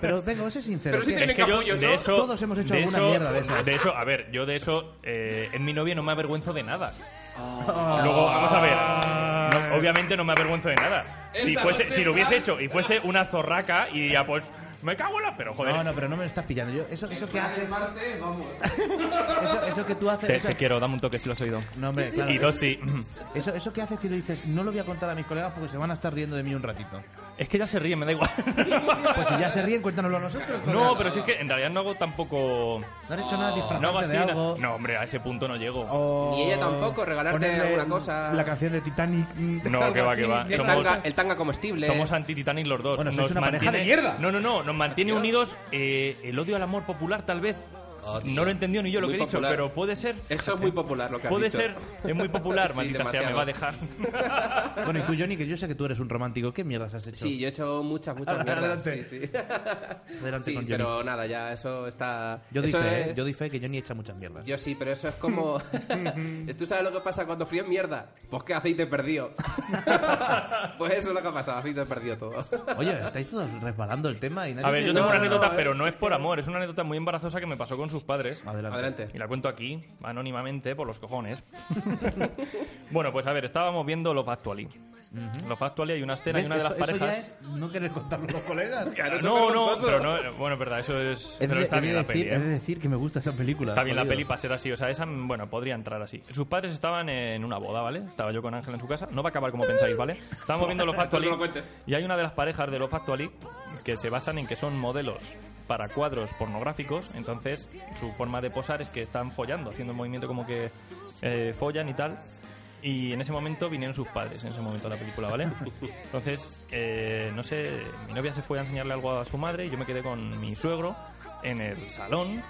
Pero venga, sé sincero. Pero ¿qué? es que yo de eso, Todos hemos hecho de alguna eso- mierda de esas. eso, a ver, yo de eso eh, en mi novia no me avergüenzo de nada. Ah. Luego, vamos a ver. no, obviamente no me avergüenzo de nada. Si, Esta fuese, noche, si lo hubiese hecho y fuese una zorraca y diría, pues, me cago en la... Pero, joder, No, no, pero no me lo estás pillando. Yo, eso, eso que haces. vamos. [laughs] Eso, eso que tú haces. te, eso- te quiero, dame un toque si lo has oído. No, hombre, claro. Y dos sí. Eso, eso que haces y lo dices, no lo voy a contar a mis colegas porque se van a estar riendo de mí un ratito. Es que ya se ríen, me da igual. [laughs] Pues si ya se ríen, cuéntanoslo a nosotros. No, pero si es que en realidad no hago tampoco... No has hecho nada disfrazarte No hago así de na- algo. No, hombre, a ese punto no llego. Ni ella tampoco, regalarte Ponerle alguna cosa. La canción de Titanic. [laughs] No, que va, que va. El tanga- el tanga comestible. Somos anti-Titanic los dos. Bueno, sois una pareja de mierda. No, no, no. Nos mantiene unidos eh, el odio al amor popular, tal vez. tío. no lo he entendido ni yo lo Muy que he dicho, popular. pero puede ser. Eso es muy popular lo que has Puede dicho. ser. Es muy popular, Sí, maldita sea, me demasiado. va a dejar. Bueno, y tú, Johnny, que yo sé que tú eres un romántico. ¿Qué mierdas has hecho? Sí, yo he hecho muchas, muchas mierdas. Adelante. Sí, sí. Adelante Sí, con Johnny. pero nada, ya eso está... Yo doy eso fe, es- ¿eh? Yo doy fe que Johnny echa muchas mierdas. Yo sí, pero eso es [laughs] como... ¿Tú sabes lo que pasa cuando frío es mierda? Pues que aceite [laughs] perdido. pues eso es lo que ha pasado, aceite perdido todo. Oye, estáis todos resbalando el tema y nadie- A ver, yo tengo una anécdota, pero no es por amor. Es una anécdota muy embarazosa que me pasó con con sus padres. Adelante. Adelante. Y la cuento aquí, anónimamente, por los cojones. [laughs] bueno, pues a ver, estábamos viendo Love Actually. Love Actually hay una escena y ¿Ves? una de las Eso- eso ya parejas... es no querer contarlo a los colegas. No, no, pero no, bueno, es verdad, eso es. He de- pero está he de bien la decir- peli. ¿eh? he de decir que me gusta esa película. Está bien la jodido. peli para ser así, o sea, esa, bueno, podría entrar así. Sus padres estaban en una boda, ¿vale? Estaba yo con Ángel en su casa, no va a acabar como pensáis, ¿vale? Estábamos [laughs] viendo los Factually Pues, No lo cuentes. y hay una de las parejas de los Factually que se basan en que son modelos para cuadros pornográficos, entonces su forma de posar es que están follando, haciendo el movimiento como que eh, follan y tal. Y en ese momento vinieron sus padres, en ese momento de la película, ¿vale? Entonces, eh, no sé, mi novia se fue a enseñarle algo a su madre y yo me quedé con mi suegro en el salón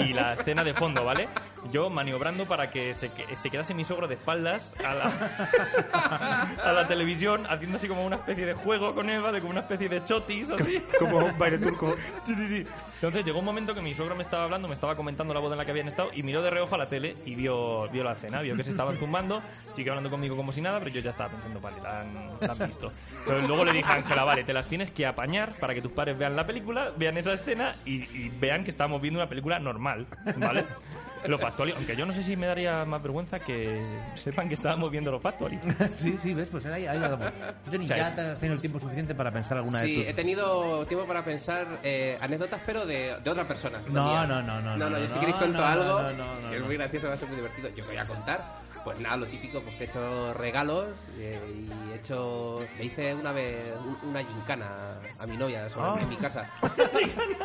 y la escena de fondo, ¿vale? Yo maniobrando para que se, que- se quedase mi suegro de espaldas a la, a la televisión, haciendo así como una especie de juego con él, ¿vale? Como una especie de chotis, así. [laughs] Como un baile turco. Sí, sí, sí. Entonces llegó un momento que mi suegro me estaba hablando, me estaba comentando la boda en la que habían estado y miró de reojo a la tele y vio, vio la cena, vio que se estaban zumbando, siguió hablando conmigo como si nada, pero yo ya estaba pensando, vale, la han, la han visto. Pero luego le dije a Ángela, vale, te las tienes que apañar para que tus padres vean la película, vean esa escena y, y vean que estamos viendo una película normal, ¿vale? Lo Factual, aunque yo no sé si me daría más vergüenza que sepan que estábamos viendo lo Factual. [laughs] Sí, sí, ves, pues ahí, ahí lo damos. Johnny, O sea, ya es- te has tenido el tiempo suficiente para pensar alguna Sí, de he tus... tenido tiempo para pensar eh, anécdotas, pero de, de otra persona. No, mías. no, no, no, No, no, yo si no, queréis cuento no, algo, no, no, no, que es no. muy gracioso, va a ser muy divertido. Yo os voy a contar, pues nada, lo típico, porque he hecho regalos eh, y he hecho. Me hice una vez un- una gincana a mi novia sobre- Ah. en mi [laughs] casa.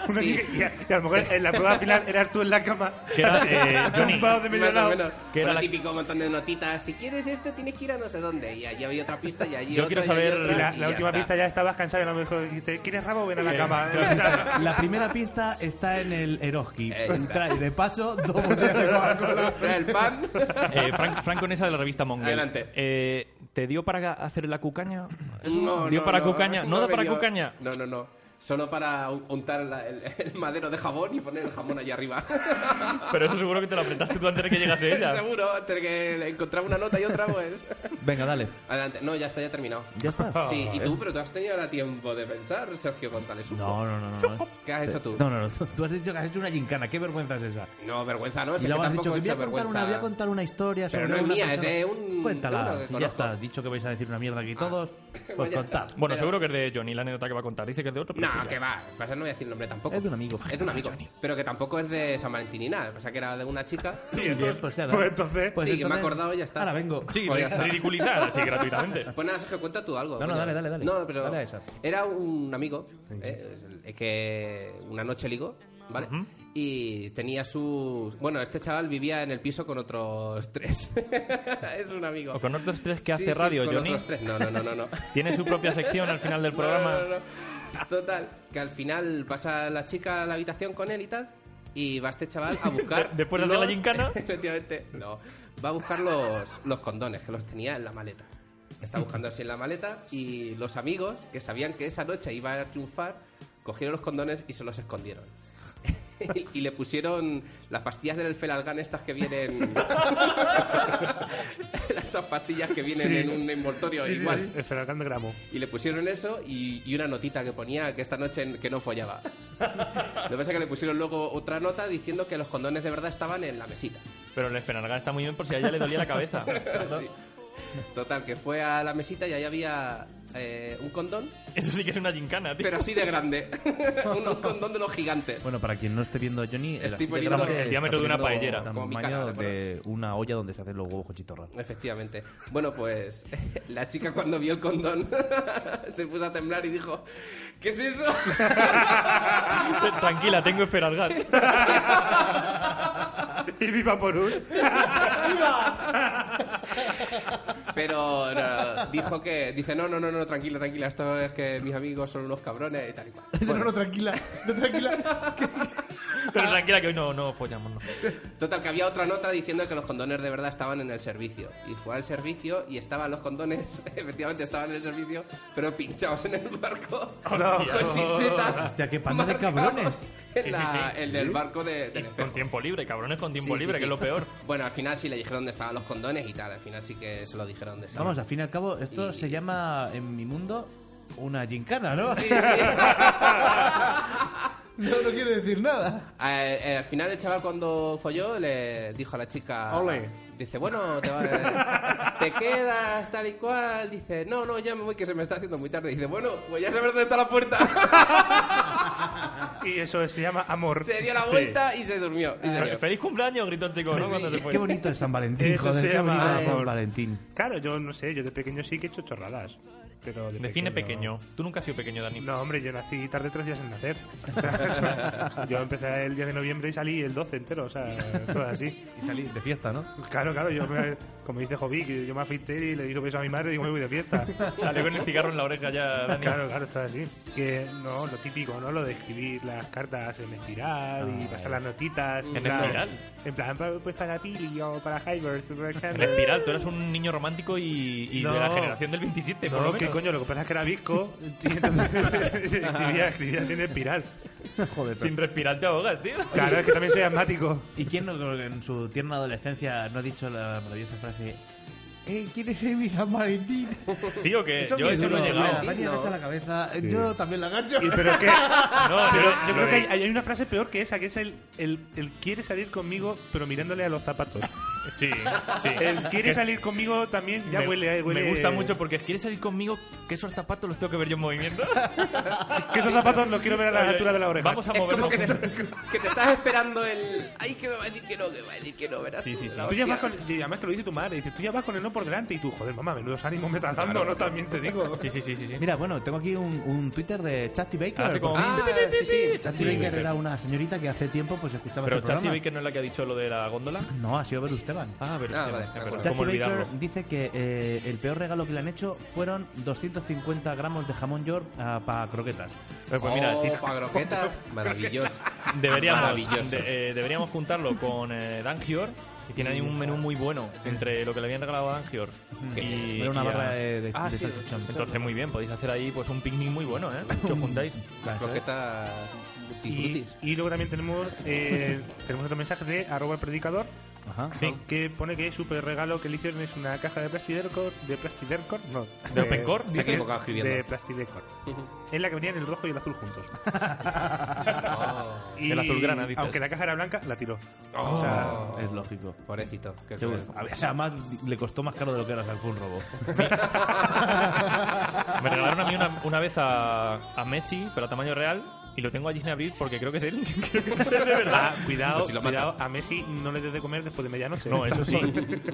Una Sí. chica- y, a, y a lo mejor en la prueba final eras tú en la cama. Que era, eh, [laughs] Johnny. Tumbado de medio Más o lado. menos. Con el típico montón de notitas. Si quieres esto, tienes que ir a no sé dónde. Y allí había otra pista y allí Yo otra, quiero y allí saber. otra, La, y la ya última está. pista ya estabas cansado y a lo mejor dices, ¿quieres rabo? Ven a [laughs] la cama. ¿eh? [laughs] La primera pista está en el Eroski. Eh, Trae de paso dos botellas de Coca-Cola. El pan. Eh, Frank, Frank con esa de la revista Mongel. Adelante. Eh, ¿Te dio para hacer la cucaña? No, ¿Dio no, para no, cucaña? ¿No, da me para dio- cucaña? No, no, no. Solo para un- untar la- el, [laughs] el madero de jabón y poner el jamón allá arriba. [laughs] Pero eso seguro que te lo apretaste tú antes de que llegase [laughs] ella. Seguro, entre que le encontraba una nota y otra, pues. Venga, dale. Adelante. No, ya está, ya he terminado. ¿Ya está? Sí, y [laughs] Joder. tú, pero tú has tenido ahora tiempo de pensar, Sergio González. Uco. No, no, no, no. ¿Qué has hecho tú? No, [laughs] no, no. Tú has dicho que has hecho una gincana. ¿Qué vergüenza es esa? No, vergüenza Ah, no. y Es luego que has tampoco dicho que he voy a, hecho contar una, voy a vergüenza. contar una historia Pero sobre no es una mía, persona. es de un- de uno Cuéntala, que si ya conozco. está. Has dicho que vais a decir una mierda aquí todos. [laughs] Pues Vaya. contad. Bueno, Pero- seguro que es de Johnny la anécdota que va a contar. Dice que es de otro. pero No, sí, que va. Pasa, no voy a decir el nombre tampoco. Es de un amigo. Es de un amigo. Pero que tampoco es de San Valentín ni nada. Pasa que era de una chica. Bien, pues, ya, Pues entonces- pues sí, que me he entonces- acordado y ya está. Ahora vengo. Sí, Pues ya está. ridiculizar [laughs] así gratuitamente. Pues nada, Sergio, cuenta tú algo. No, no, coño. dale, dale, dale. No, pero Dale a esa. era un amigo eh, el que una noche ligó, ¿vale? Y tenía sus... Bueno, este chaval vivía en el piso con otros tres. [laughs] es un amigo. O con otros tres que Sí, hace sí, radio, con Johnny. otros tres. No, no, no, no, no. [laughs] Tiene su propia sección al final del No, programa. no, no, no. Total, que al final pasa la chica a la habitación con él y tal, y va este chaval [laughs] a buscar... De- después de hacer la los- gincana. [laughs] Efectivamente, no. Va a buscar los, los condones, que los tenía en la maleta. Está buscando así en la maleta, y los amigos, que sabían que esa noche iba a triunfar, cogieron los condones y se los escondieron. [laughs] y le pusieron las pastillas del felalgan estas que vienen... [laughs] estas pastillas que vienen Sí. en un envoltorio Sí, sí, igual. sí. El Feralcán de gramo. Y le pusieron eso y, y una notita que ponía que esta noche n- que no follaba. Lo que pasa es que le pusieron luego otra nota diciendo que los condones de verdad estaban en la mesita. Pero el Fenargan está muy bien por si a ella le dolía la cabeza. [laughs] Sí. Total, que fue a la mesita y ahí había eh, un condón, Eso sí que es una gincana, tío. pero así de grande. [laughs] un, un condón de los gigantes. Bueno, para quien no esté viendo a Johnny, el, Estoy así de poniendo grande el está diámetro de una teniendo paellera. Como mi tamaño cara, de una olla donde se hacen los huevos con chitorra. Efectivamente. Bueno, pues [laughs] la chica cuando vio el condón [laughs] se puso a temblar y dijo, ¿qué es eso? [laughs] Tranquila, tengo Feralgan. [laughs] Y viva por un. Pero no, dijo que. Dice, no, no, no, no, tranquila, tranquila. Esto es que mis amigos son unos cabrones y tal y cual. No, no, tranquila. No, tranquila. Pero tranquila que hoy no, no follamos. no. Total, que había otra nota diciendo que los condones de verdad estaban en el servicio. Y fue al servicio y estaban los condones, [laughs] efectivamente estaban en el servicio, pero pinchados en el barco. [laughs] Con chinchetas. Hostia, qué panda de marcados cabrones. en Sí, sí, la- sí. El del barco de, del espejo. Con tiempo libre, cabrones con Sí, tiempo sí, libre, sí. que es lo peor. [laughs] Bueno, al final sí le dijeron dónde estaban los condones y tal. Al final sí que se lo dijeron de [laughs] Vamos, al fin y al cabo, esto se Eh, llama en mi mundo una gincana, ¿no? [laughs] No, no quiero decir nada. Al, eh, al final el chaval cuando folló le dijo a la chica... Ole. Dice, bueno, te, va- te quedas tal y cual. Dice, no, no, ya me voy que se me está haciendo muy tarde. Dice, bueno, pues ya sabes dónde está la puerta. [laughs] Y eso se llama amor. Se dio la vuelta y se durmió. Y se Ah, dio. Feliz cumpleaños, gritó el chico, ¿no? Cuando se fue. Qué bonito el San Valentín, Eso joder, se qué llama bonito el amor. San Valentín. Claro, yo no sé, yo de pequeño sí que he hecho chorradas. Pero de Define pequeño. Tú nunca has sido pequeño, Dani. No, hombre, yo nací tarde tres días [laughs] en nacer. yo empecé el 10 de noviembre y salí el 12 entero, o sea, todo así. Y salí de fiesta, ¿no? Claro, claro, yo me- como dice Jovic, yo me afeité y le dije beso a mi madre y digo, me voy de fiesta. Salió con el cigarro en la oreja ya, [laughs] Dani. Claro, claro, todo así. Que no, lo típico, ¿no? Lo de escribir las cartas en espiral y Ah. pasar las notitas. ¿En plan- espiral? En plan, pa- pues para Pili o para Hybers. En espiral, tú eras un niño romántico y, y de la No. generación del 27, por lo No, menos. qué coño, lo que pasa es que era visco [laughs] y entonces escribía, escribía sin espiral. Joder, Sin respirar te ahogas, tío. Claro, es que también soy asmático. ¿Y quién no, en su tierna adolescencia no ha dicho la maravillosa frase Eh, ¿Quieres ser mi San Valentín? ¿Sí o qué? Eso Yo que eso duro no he se llegado. ve. Dani agacha la cabeza, Sí. yo también la agacho. Y pero que. No, [laughs] pero yo- yo lo creo que de- hay, hay una frase peor que esa, que es el, el, el quiere salir conmigo, pero mirándole a los zapatos. Sí, sí. El quiere Que- salir conmigo también, ya me, huele, eh, huele. me gusta mucho porque ¿quieres salir conmigo? Que esos zapatos los tengo que ver yo en [laughs] movimiento. Que esos zapatos los quiero ver a la Oye, altura de la oreja. Vamos a movernos. como que [laughs] te, que te estás esperando el. Ay, que me va a decir que no, que me va a decir que no, verás. tú, la Tú ya hostia. vas con, y además te lo dice tu madre, dice, tú ya vas con el no por delante y tú, joder, mamá, menudos ánimos me estás dando, no también te digo. Sí, sí, sí, sí. sí. Mira, bueno, tengo aquí un, un Twitter de Chasty Baker. Hace como- Ah, sí, sí. Chasty Baker era una señorita que hace tiempo pues escuchaba Pero este Chati programa. Baker no es la que ha dicho lo de la góndola. No, ha sido Beru Esteban. Ah, Beru Ah, vale, Esteban, es de verdad, acuerdo. ¿Cómo Chasty olvidarlo? Baker dice que eh, el peor regalo que le han hecho fueron 250 gramos de jamón york para croquetas. Eh, Pues mira, Oh, sí. pa' croquetas, [laughs] [laughs] maravilloso. Deberíamos, Maravilloso. de- eh, deberíamos juntarlo con eh, Dangior. Y tiene ahí un menú muy bueno entre lo que le habían regalado a Dangior y. Era una y a- barra de, de- Ah, de sí, salchichón. Entonces, muy bien, podéis hacer ahí pues un picnic muy bueno, ¿eh? Que os juntáis. Croquetas Y, multifrutis. y luego también tenemos, [laughs] eh, tenemos otro mensaje de arroba el predicador, Ajá. Sí. que pone que super regalo que le hicieron es una caja de plastidercor, de plastidercor, no. ¿De Opencore? Se ha equivocado escribiendo. De plastidercor. [laughs] En la que venían el rojo y el azul juntos. Oh, [laughs] Y El azulgrana, dices. Aunque la caja era blanca, la tiró. Oh. O sea, Es lógico. pobrecito. qué Seguro. cruel. A ver, además le costó más caro de lo que era, o sea, fue un robo. Me regalaron a mí una, una vez a, a Messi, pero a tamaño real. Y lo tengo allí sin abrir porque creo que es él. [laughs] creo que es él de verdad. ah, cuidado, Pues si lo matas. cuidado, a Messi no le des de comer después de medianoche. No, eso sí.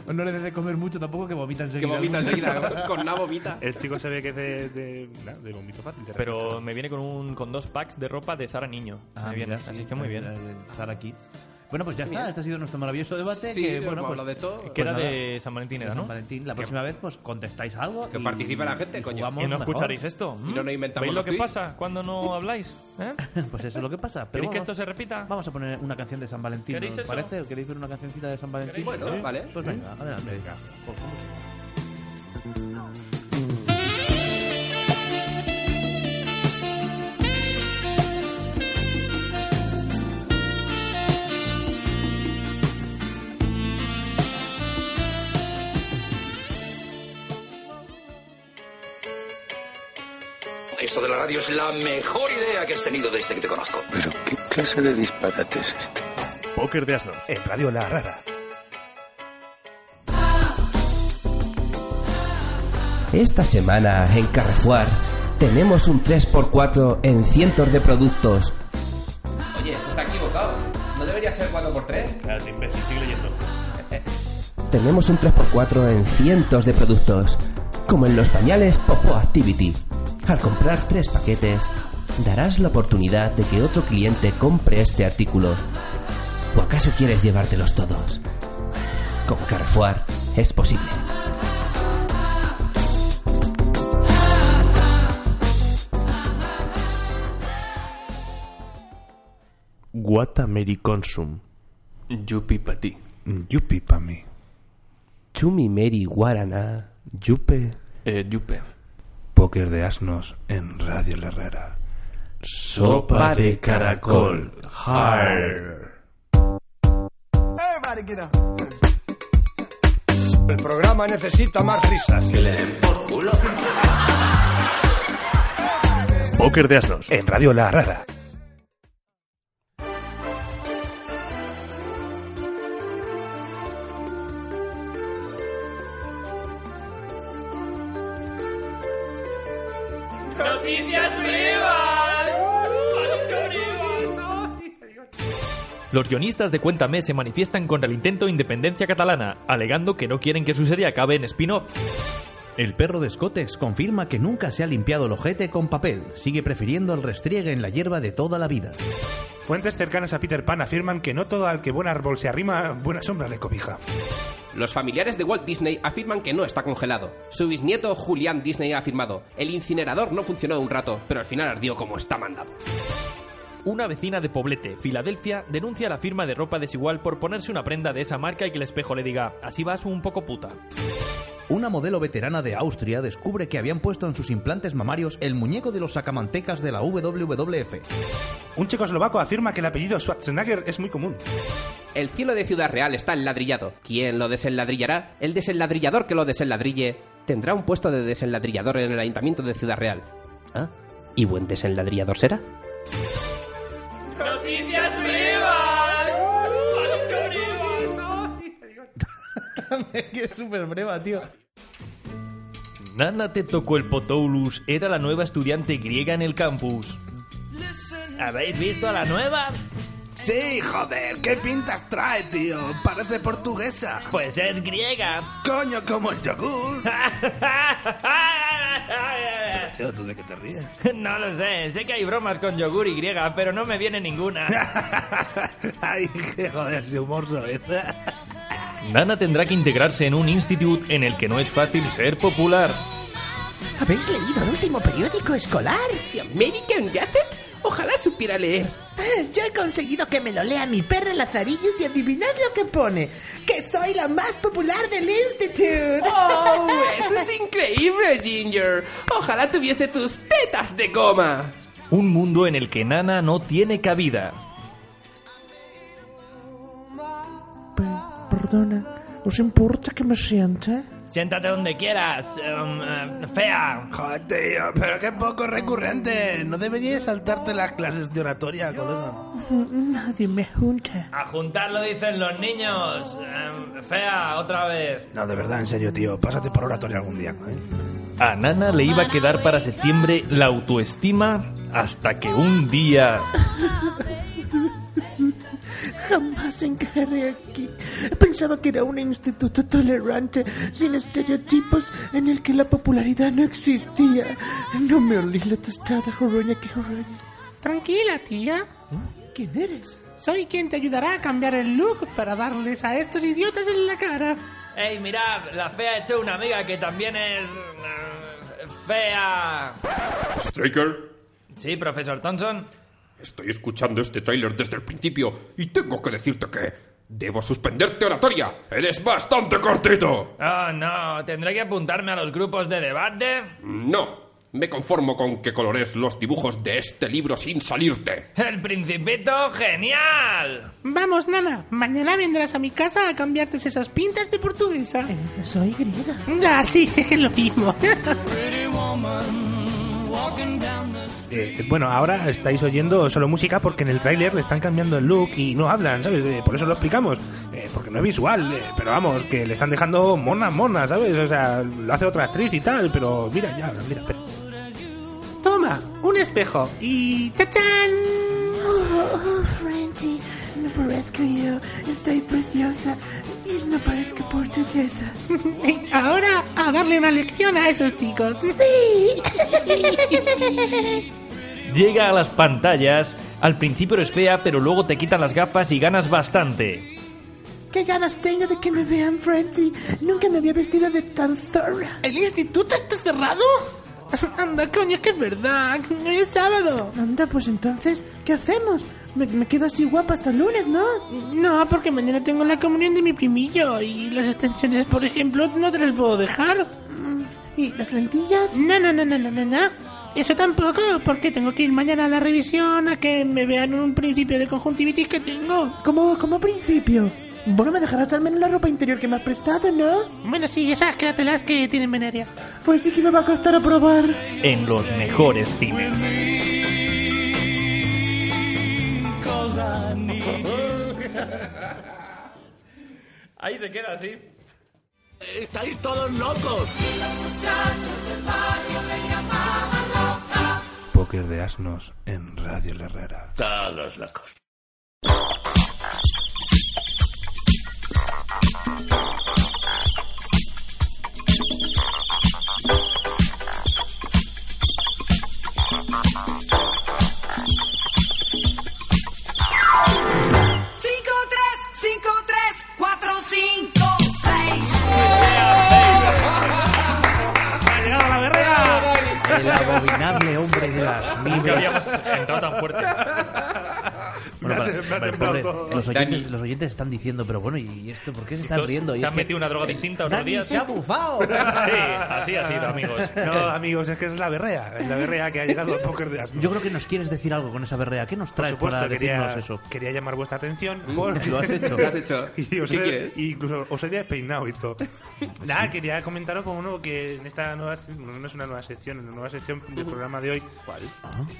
no le des de comer mucho tampoco, que vomita Que enseguida. vomita enseguida. [laughs] Con una vomita. El chico se ve que es de, de, na, de vómito fácil. de Pero me viene con, un, con dos packs de ropa de Zara Niño. Ah, me viene. mira, Así sí, que muy bien. la- la- la- Zara Kids. Bueno, pues ya está. Bien. Este ha sido nuestro maravilloso debate. Sí, que, hemos bueno, pues, hablado de todo. pues Queda nada, de San Valentín, de era, ¿no? San Valentín. La próxima vez, pues contestáis algo. Que y- participe la gente, y coño. jugamos Y no mejor. escucharéis esto. Mm. Y no nos inventamos ¿Veis lo los que tweets? pasa cuando [laughs] no habláis? ¿Eh? Pues eso es lo que pasa. Pero ¿Queréis que bueno, esto se repita? Vamos a poner una canción de San Valentín, ¿no ¿Queréis ¿os eso? parece? ¿O queréis ver una cancioncita de San Valentín? ¿Queréis eso? Sí. Vale. Pues venga, adelante. Por favor. Esto de la radio es la mejor idea que has tenido desde que te conozco. Pero qué clase de disparate es este. Póker de asnos. En Radio La Rara. Esta semana en Carrefour tenemos un 3x4 en cientos de productos. Oye, esto está equivocado. ¿No debería ser 4x3? Claro, imbécil, sigue [laughs] leyendo. Tenemos un 3x4 en cientos de productos, como en los pañales Popo Activity. Al comprar tres paquetes, darás la oportunidad de que otro cliente compre este artículo. ¿O acaso quieres llevártelos todos? Con Carrefour es posible. What Americonsum. Yupi pa' ti. Yupi pa' mí. Chumi Meri Guarana, Yupe. Eh, yupe. Póker de asnos en Radio La Rara. Sopa de caracol. Har. Everybody get up. El programa necesita más risas. Que le den por culo. Póker de asnos. En Radio La Rara. ¡Noticias vivas! Los guionistas de Cuéntame se manifiestan contra el intento de independencia catalana, alegando que no quieren que su serie acabe en spin-off. El perro de Scotex confirma que nunca se ha limpiado el ojete con papel. Sigue prefiriendo el restriegue en la hierba de toda la vida. [laughs] Fuentes cercanas a Peter Pan afirman que no todo al que buen árbol se arrima, buena sombra le cobija. Los familiares de Walt Disney afirman que no está congelado. Su bisnieto Julian Disney ha afirmado, el incinerador no funcionó un rato, pero al final ardió como está mandado. Una vecina de Poblete, Filadelfia, denuncia la firma de ropa desigual por ponerse una prenda de esa marca y que el espejo le diga, así vas un poco puta. Una modelo veterana de Austria descubre que habían puesto en sus implantes mamarios el muñeco de los sacamantecas de la WWF. Un checoslovaco afirma que el apellido Schwarzenegger es muy común. El cielo de Ciudad Real está enladrillado. ¿Quién lo desenladrillará? El desenladrillador que lo desenladrille tendrá un puesto de desenladrillador en el ayuntamiento de Ciudad Real. ¿Ah? ¿Y buen desenladrillador será? ¡Noticias vivas! que [laughs] es súper breva, tío. Nana te tocó el Potoulus, era la nueva estudiante griega en el campus. ¿Habéis visto a la nueva? Sí, joder, ¿qué pintas trae, tío? Parece portuguesa. Pues es griega. Coño, como el [laughs] yogur. [laughs] Pero, tío, ¿tú de qué te ríes? [laughs] No lo sé, sé que hay bromas con yogur y griega, pero no me viene [laughs] ninguna. [laughs] Ay, qué joder, ese humor suaviza. Nana tendrá que integrarse en un institute en el que no es fácil ser popular. ¿Habéis leído el último periódico escolar? ¿The American Gazette? Ojalá supiera leer. Yo he conseguido que me lo lea mi perra Lazarillos y adivinad lo que pone. Que soy la más popular del institute. ¡Oh! ¡Eso es increíble, Ginger! Ojalá tuviese tus tetas de goma. Un mundo en el que Nana no tiene cabida. Perdona, ¿os importa que me siente? Siéntate donde quieras, em, eh, fea. Joder, tío, pero qué poco recurrente. No deberías saltarte las clases de oratoria, colega. Nadie me junta. A juntarlo dicen los niños. Em, fea, otra vez. No, de verdad, en serio, tío. Pásate por oratoria algún día. ¿eh? A Nana le iba a quedar para septiembre la autoestima hasta que un día... Jamás encaré aquí. Pensaba que era un instituto tolerante, sin estereotipos, en el que la popularidad no existía. No me olí la tostada, joroña que joroña. Tranquila, tía. ¿Quién eres? Soy quien te ayudará a cambiar el look para darles a estos idiotas en la cara. ¡Ey, mirad! La fea ha hecho una amiga que también es... eh, fea. Striker, Sí, profesor Thompson. estoy escuchando este tráiler desde el principio y tengo que decirte que debo suspenderte oratoria. Eres bastante cortito. Oh, no. ¿Tendré que apuntarme a los grupos de debate? No, me conformo con que colores los dibujos de este libro sin salirte. ¡El principito genial! Vamos, nana. Mañana vendrás a mi casa a cambiarte esas pintas de portuguesa. Soy griega. Ah, sí, [laughs] lo mismo. Eh, bueno, ahora estáis oyendo solo música porque en el tráiler le están cambiando el look y no hablan, ¿sabes? Eh, por eso lo explicamos, eh, porque no es visual, eh, pero vamos, que le están dejando mona, mona, ¿sabes? O sea, lo hace otra actriz y tal, pero mira, ya, mira, espera. Toma, un espejo y ¡tachán! Oh, oh, Frankie, no parezco yo. Estoy preciosa y no parezco portuguesa. Eh, Ahora a darle una lección a esos [laughs] chicos. Sí. Llega a las pantallas. Al principio eres fea, pero luego te quitan las gafas y ganas bastante. ¿Qué ganas tengo de que me vean, Frankie? Nunca me había vestido de tan zorra. ¿El instituto está cerrado? [laughs] Anda, coño, que es verdad. Hoy es sábado. Anda, pues entonces, ¿qué hacemos? Me, me quedo así guapa hasta el lunes, ¿no? No, porque mañana tengo la comunión de mi [laughs] primillo y las extensiones, por ejemplo, no te las puedo dejar. ¿Y las lentillas? No, no, no, no, no, no, no. Eso tampoco, porque tengo que ir mañana a la revisión a que me vean un principio de conjuntivitis que tengo. Como, como principio. Bueno, me dejarás al menos la ropa interior que me has prestado, ¿no? Bueno, sí, esas quédatelas que tienen veneria. Pues sí que me va a costar aprobar. En los mejores cines. Ahí se queda así. ¡Estáis todos locos! Los muchachos del barrio me llamaban loca. Póker de Asnos en Radio La Herrera. Todos locos. Cinco, tres, [laughs] cinco, tres, cuatro, cinco, seis. ¡Ha llegado la berrea! El abominable hombre de [laughs] las Nunca libras. habíamos entrado tan fuerte. Bueno, Me para- ha- me ha para- temblado pobre, todo. los, Dani. oyentes, los oyentes están diciendo, pero bueno, ¿y esto por qué se están Estos riendo? Y se es han que- metido una droga eh, [laughs] distinta otros Dani días. se ha bufado. [laughs] Sí, así ha sido, amigos. No, No, amigos, es que es la berrea. Es la berrea que ha llegado al póker de Asnos. Yo creo que nos quieres decir algo con esa berrea. ¿Qué nos Por traes supuesto, para quería, decirnos eso? quería llamar vuestra atención. Mm, [laughs] porque- lo has [laughs] hecho. Lo has hecho. Y os ¿Qué he- quieres? y incluso os he despeinado [laughs] y todo. Nada, quería comentaros con uno que en esta nueva. se- bueno, no es una nueva sección, en la nueva sección del Ujú. programa de hoy.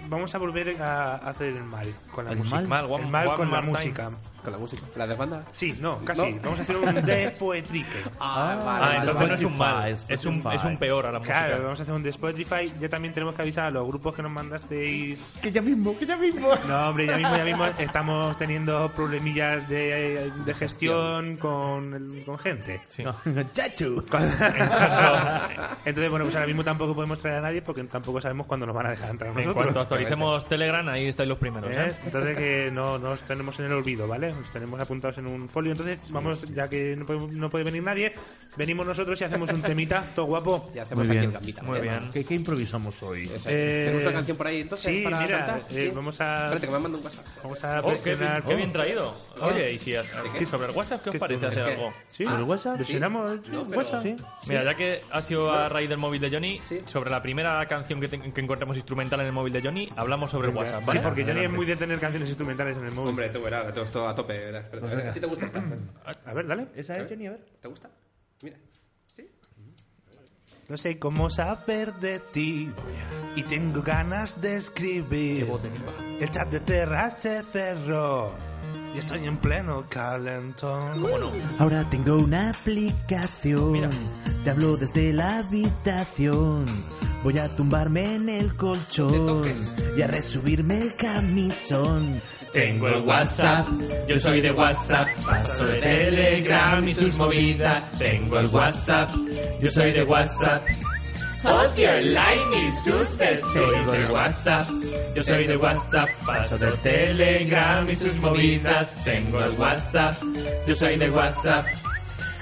Vamos a volver a hacer el mal con la ¿El música. mal? Mal, one- el mal one con la more time. música. ¿Con la música? ¿La desbanda? Sí, no, casi. No. Vamos a hacer un [laughs] despoetrique. Ah, vale, vale, entonces vale. no es un mal, Spotify, es un, es Spotify. un peor a la música. Claro, vamos a hacer un Spotify. Ya también tenemos que avisar a los grupos que nos mandasteis. Que ya mismo, que ya mismo. No, hombre, ya mismo, ya mismo estamos teniendo problemillas de, de gestión con, el- con gente. [laughs] Chachu. Entonces, bueno, pues ahora mismo tampoco podemos traer a nadie porque tampoco sabemos cuándo nos van a dejar entrar. En nosotros. cuanto actualicemos Telegram, ahí estáis los primeros. ¿Eh? Entonces que no nos tenemos en el olvido, ¿vale? Nos tenemos apuntados en un folio. Entonces, vamos, ya que no podemos- no puede, venir nadie, venimos nosotros y hacemos un temita, [laughs] todo guapo. Y hacemos Muy aquí el bien. gambita, Muy ¿eh? bien. ¿Qué, qué improvisamos hoy? Eh, ¿Tenemos una canción por ahí entonces? sí, para mira, cantar? eh, vamos a- Espérate, que me manda un WhatsApp. Vamos a Oh, qué, bien, presionar- qué bien traído. Oh. Oye, y si has- ¿Qué? sobre el WhatsApp, ¿qué os ¿Qué parece tú- hacer qué? Ah, algo? ¿Sí? ¿Sobre el WhatsApp? ¿Deseamos el WhatsApp? Sí. Mira, Sí. ya que ha sido a raíz del móvil de Johnny, sobre la primera canción que, te- que encontremos instrumental en el móvil de Johnny, hablamos sobre el WhatsApp. Sí, ¿vale? porque Johnny es muy de tener canciones instrumentales en el móvil. Hombre, tú verás, todo esto a tope. verás. Espérate, a ver, venga. si te gusta esta. A ver, dale. A ver, ¿Te gusta? Mira. No sé cómo saber de ti y tengo ganas de escribir. El chat de terra se cerró y estoy en pleno calentón. ¿Cómo no? Ahora tengo una aplicación. Te hablo desde la habitación. Voy a tumbarme en el colchón y a resubirme el camisón. Tengo el WhatsApp, yo soy de WhatsApp, paso de Telegram y sus movidas. Tengo el WhatsApp, yo soy de WhatsApp. Odio el Line y sus Tengo el WhatsApp, yo soy de WhatsApp, paso de Telegram y sus movidas. Tengo el WhatsApp, yo soy de WhatsApp.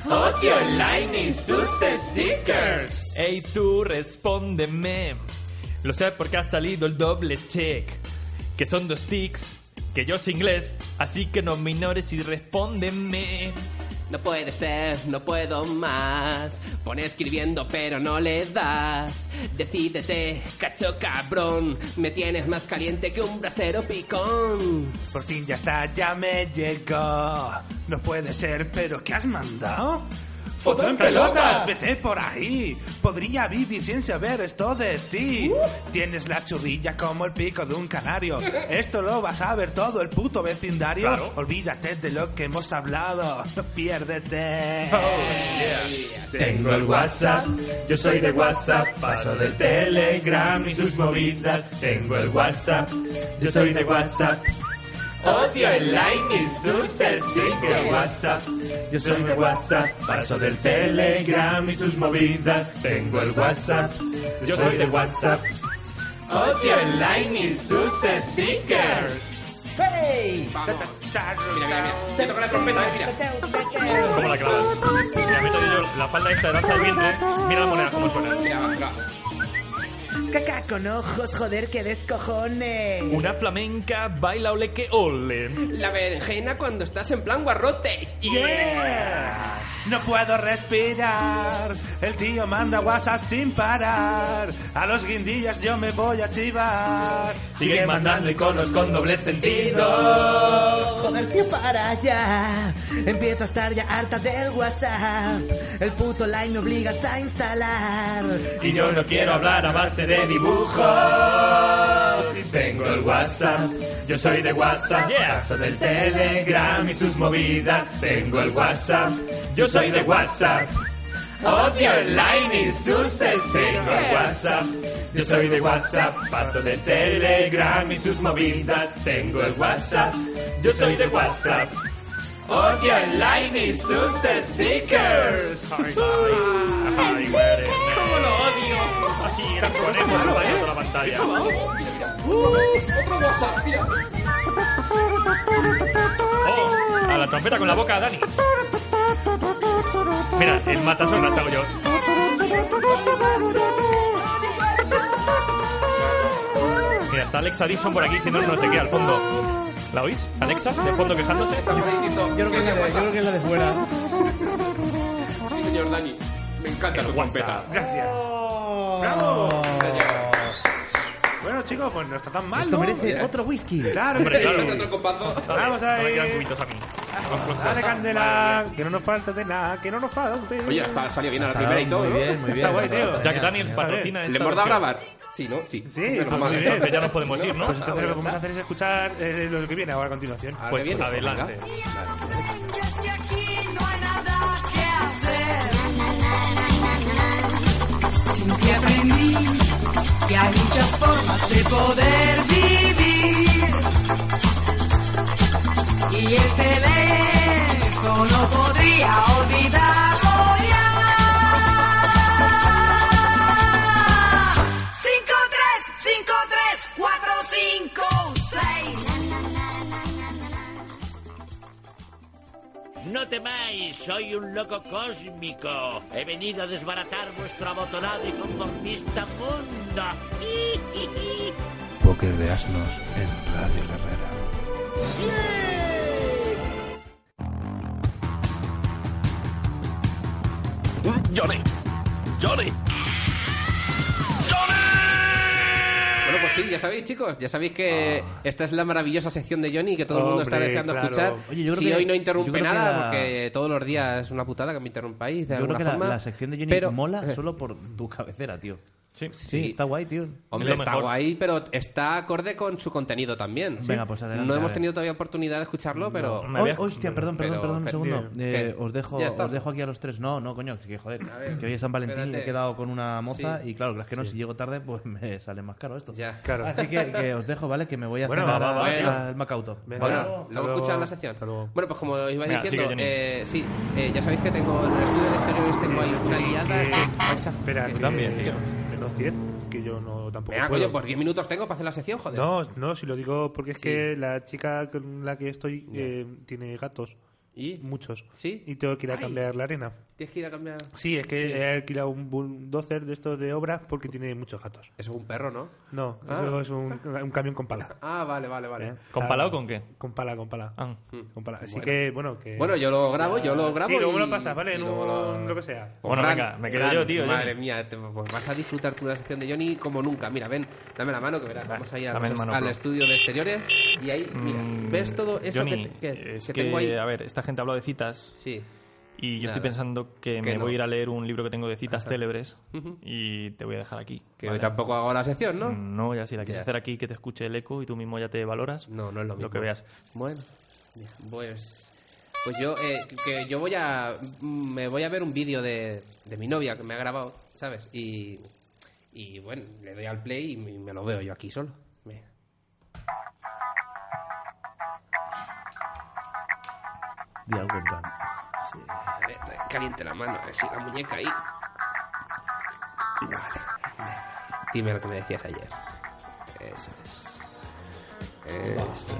Odio el Line y sus stickers. Ey, tú respóndeme. Lo sé porque ha salido el doble check. Que son dos tics, que yo sé inglés, así que no me ignores y respóndeme. No puede ser, no puedo más. Pone escribiendo, pero no le das. Decídete, cacho cabrón. Me tienes más caliente que un brasero picón. Por fin ya está, ya me llegó. No puede ser, pero ¿qué has mandado? ¡Foto en pelotas! Vete por ahí. Podría vivir sin saber esto de ti. Uh. Tienes la churrilla como el pico de [laughs] un canario. Esto lo vas a ver todo el puto vecindario. Claro. Olvídate de lo que hemos hablado. Piérdete. Oh, Tengo el WhatsApp, yo soy de WhatsApp, paso de Telegram y sus movidas. Tengo el WhatsApp, yo soy de WhatsApp. Odio el Line y sus Tengo el stickers. WhatsApp, yo soy de WhatsApp, paso del Telegram y sus movidas. Tengo el WhatsApp, yo soy de WhatsApp. Odio el Line y sus stickers. ¡Hey! Mira, mira, mira. Te toca la trompeta, eh, mira. ¿Cómo la clavas? Mira, me he traído yo la falda esta de danza al vientre. Mira la moneda cómo suena. Caca con ojos, joder, que descojones. Una flamenca baila ole que ole. La berenjena cuando estás en plan guarrote. Yeah. No puedo respirar, el tío manda WhatsApp sin parar. A los guindillas yo me voy a chivar. Sigue mandando iconos con doble sentido. Joder, tío, para allá. Empiezo a estar ya harta del WhatsApp. El puto line me obligas a instalar. Y yo no quiero hablar a base de dibujos. Tengo el WhatsApp, yo soy de WhatsApp. Paso del Telegram y sus movidas. Tengo el WhatsApp, yo soy de WhatsApp. Odio el Line y sus stickers. Tengo el WhatsApp, Yo soy de WhatsApp, paso de Telegram y sus movidas. Tengo el WhatsApp, yo soy de WhatsApp. Odio online y sus stickers. Ay, muere. ¿Cómo lo odio? Así, era ponemos la pantalla toda la pantalla. Otro WhatsApp, mira. Oh, a la trompeta con la boca, Dani. Mira, el matasón lo hago yo. Mira, está Alexa Dixon por aquí diciendo no sé qué al fondo. ¿La oís? Alexa, de fondo quejándose. Yo creo que es Yo creo que es la de fuera. Sí, señor Dani. Me encanta tu trompeta. Gracias. ¡Bravo! Bueno, chicos, pues no está tan mal. Esto ¿no? merece Mira. otro whisky. Claro, Hombre, claro. échate otro copazo. [laughs] Vamos No me ahí. quedan cubitos a mí. Dale candela, que no nos falte de nada, que no nos falte. Oye, hasta salió bien a la primera y todo. ¿no? Está guay, tío. Jack Daniels patrocina esta ¿Le hemos dado a versión. grabar? Sí, ¿no? Sí. Sí, Menos pues mal. muy bien. que ya nos podemos ir, ¿no? Pues entonces Ah, lo que vamos a hacer es escuchar eh, lo que viene ahora a continuación. Pues que viene, adelante. ¿Qué hacer? Sin que aprendí que hay muchas formas de poder vivir. Y el teléfono podría olvidarlo ya. 5, 3, 5, 3, 4, 5, 6. No temáis, soy un loco cósmico. He venido a desbaratar vuestro abotonado y conformista mundo. Póker de asnos en Radio Herrera. Johnny, Johnny. Bueno, pues sí, ya sabéis, chicos. Ya sabéis que esta es la maravillosa sección de Johnny que todo el mundo está Ah. Hombre, deseando claro. escuchar. Oye, yo creo si que- hoy no yo interrumpe creo que nada, la- porque todos los días es una putada que me interrumpáis. De Yo creo alguna que la, forma. la sección de Johnny Pero- mola [laughs] Eh. solo por tu cabecera, tío. Sí, Sí. está guay, tío. Hombre, está guay, pero está acorde con su contenido también. Sí. Venga, pues adelante, No a hemos ver. tenido todavía oportunidad de escucharlo, pero. Oh, hostia, perdón, perdón, Pero- perdón, un pero- segundo. ¿Qué? Eh, os, dejo, Ya está. os dejo aquí a los tres. No, no, coño, que joder. A ver, Que hoy es San Valentín y espérate. he quedado con una moza. Sí. Y claro, es que no, Sí. si llego tarde, pues me sale más caro esto. Ya. Claro. Así que, que os dejo, ¿vale? Que me voy a Bueno, cenar va, va, va, a- venga. al Macauto. Venga, ¿Vale? hasta Bueno, lo hemos luego. escuchado en la sección. Hasta luego. Bueno, pues como os iba Venga, diciendo, sigue, Johnny. eh, sí, eh, ya sabéis que tengo en el estudio de Stereo tengo ahí una guiada. Espera, ¿Qué? que- También, tío. que no cien, que yo no tampoco Venga, puedo. coño, por 10 minutos tengo para hacer la sección, joder. No, no, si lo digo porque es Sí. que la chica con la que estoy eh, tiene gatos. ¿Y? Muchos. ¿Sí? Y tengo que ir a Ay. cambiar la arena. Tienes que ir a cambiar. Sí, es que eh, he alquilado un bulldozer de estos de obras porque tiene muchos gatos. Eso es un perro, ¿no? No, Ah. eso es un, un camión con pala. Ah, vale, vale, vale. ¿Con pala o con qué? Con pala, con pala. Ah. Con pala. Así Bueno. que, bueno, que... Bueno, yo lo grabo, yo lo grabo Sí, luego y- lo pasas, ¿vale? y En luego un- lo- lo que sea. Bueno, Pues Fran, venga, me quedo Fran, yo, tío, Madre Johnny. mía, te- pues vas a disfrutar tú de la sección de Johnny como nunca. Mira, ven, dame la mano que verás. Vamos allá dame la mano, al bro. estudio de exteriores y ahí, mira, ves todo eso que Mm, Johnny, te- que, es que que, tengo ahí. a ver, esta gente ha hablado de citas. Sí. Y yo Nada. estoy pensando que, Que me no. voy a ir a leer un libro que tengo de citas Ajá. célebres Ujú. y te voy a dejar aquí. Que hoy tampoco hago la sección, ¿no? No, ya si la quieres Ya. hacer aquí, que te escuche el eco y tú mismo ya te valoras. No, no es lo mismo. que veas. Bueno, ya, pues, pues yo, eh, que yo voy a, me voy a ver un vídeo de, de mi novia que me ha grabado, ¿sabes? Y, y bueno, le doy al play y me, me lo veo yo aquí solo. Venga. Di algo, en plan. Sí, a ver, caliente la mano, así la muñeca ahí. Vale. Dime lo que me decías ayer. Eso es. Eso.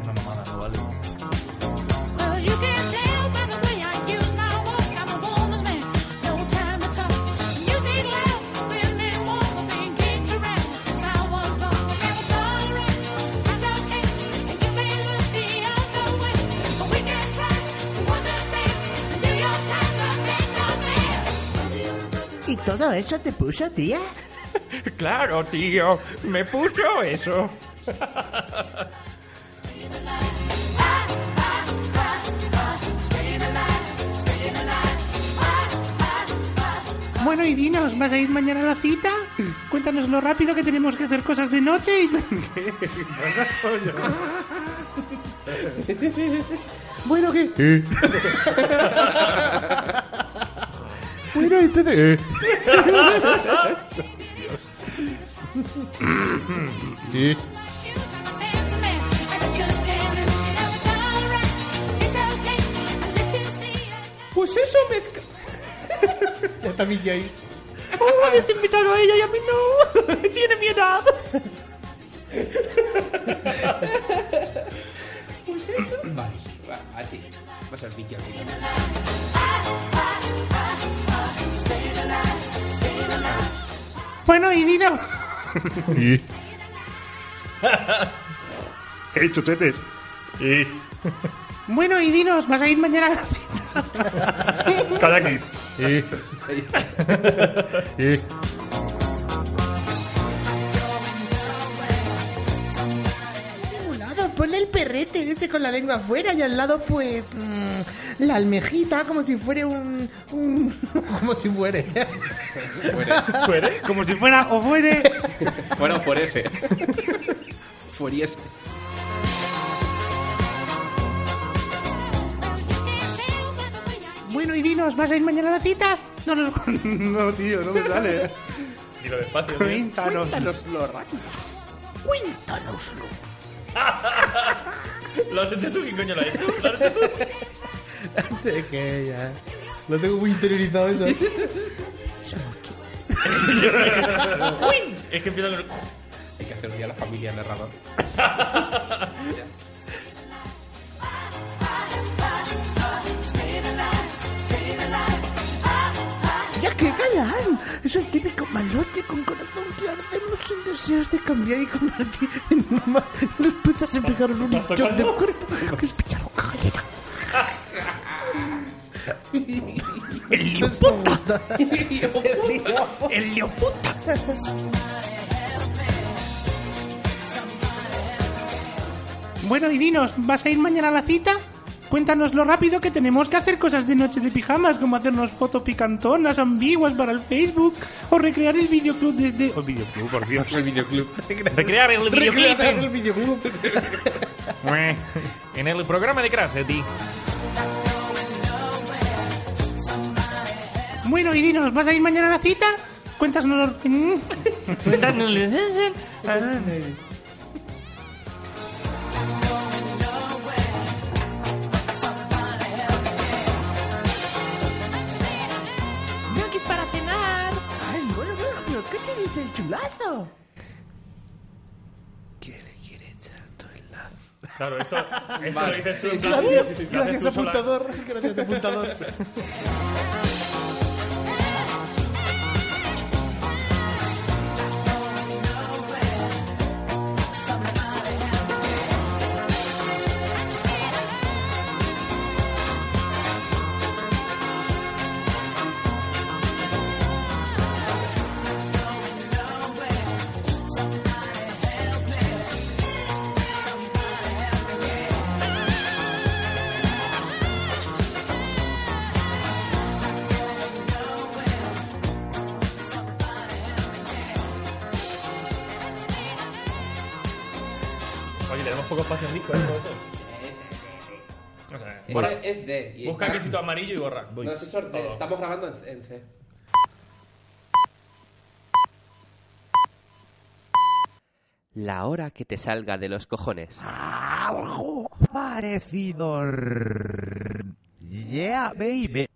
Well, you can tell by the way I use my walk. I'm a woman's man, no time to talk. Music loud, women and walk, being kicked around since I was born. I never tolerate, that's okay. And you may look the other way, but we can try to understand. The New York Times, I've been no man. ¿Y todo eso te puso, tía? Claro, tío, me puso eso. Bueno, y dinos, ¿vas a ir mañana a la cita? Cuéntanos lo rápido que tenemos que hacer cosas de noche y... Bueno, ¿qué? Eh. Eh. bueno, entonces... Eh. Sí. Pues eso mezcla. Ya está Miki ahí. ¡Oh, habéis invitado a ella y a mí no! [laughs] ¡Tiene mi edad! Pues eso. Vale, va, así. Vas al pinche al final. Bueno, [laughs] y dinos. ¡Ey, chuchetes! Sí. Bueno, y dinos, ¿vas a ir mañana a la cita? Calla aquí. lado, ponle el perrete ese con la lengua afuera y al lado pues mm, la almejita como si fuera un, un- como si fuere ¿Fuere? Como si fuera o fuere. Bueno, fuerese. [laughs] Fueriese. Bueno, y dinos, ¿vas a ir mañana a la cita? No nos No, tío, no me [laughs] sale. Dilo [laughs] despacio. tío. Cuéntanos. lo rápido. Cuéntanoslo. ¿Lo has hecho tú? ¿Quién coño lo ha hecho? ¿Lo has hecho Antes que ya. Lo tengo muy interiorizado eso. tú? es que empieza con el... Hay que hacerlo ya a la familia narrador. Ya que galán, es el típico malote con corazón que arde, no sin deseos de cambiar y convertir en una ma- Los pezas se pegaron un hinchón de cuerpo que es pillaron gallega. [laughs] El [laughs] Leoputa. El Leoputa. Bueno, y dinos, ¿vas a ir mañana a la cita? Cuéntanos lo rápido que tenemos que hacer cosas de noche de pijamas, como hacernos fotos picantonas, ambiguas para el Facebook, o recrear el videoclub desde... El videoclub, por Dios. El videoclub. Recrear el videoclip. Recrear eh. el videoclub. [laughs] en el programa de Crash, eh, ti. Bueno, y dinos, ¿vas a ir mañana a la cita? Cuéntanos [laughs] lo... Cuéntanos es para cenar. Ay, bueno, bueno, pero ¿qué te dice el chulazo? Claro, esto, esto Vale. lo dices tú. Sí, sí, en plan- sí, lo sí, sí. haces Gracias, tú sola. apuntador. Gracias, apuntador. Oye, tenemos poco espacio en disco, ¿eh? Todo eso. O sea, Es- borra. es de- y Busca está- quesito amarillo y borra. No, eso es sorteo. Oh. Estamos grabando en, en C. La hora que te salga de los cojones. Ah. Algo parecido. Yeah, baby.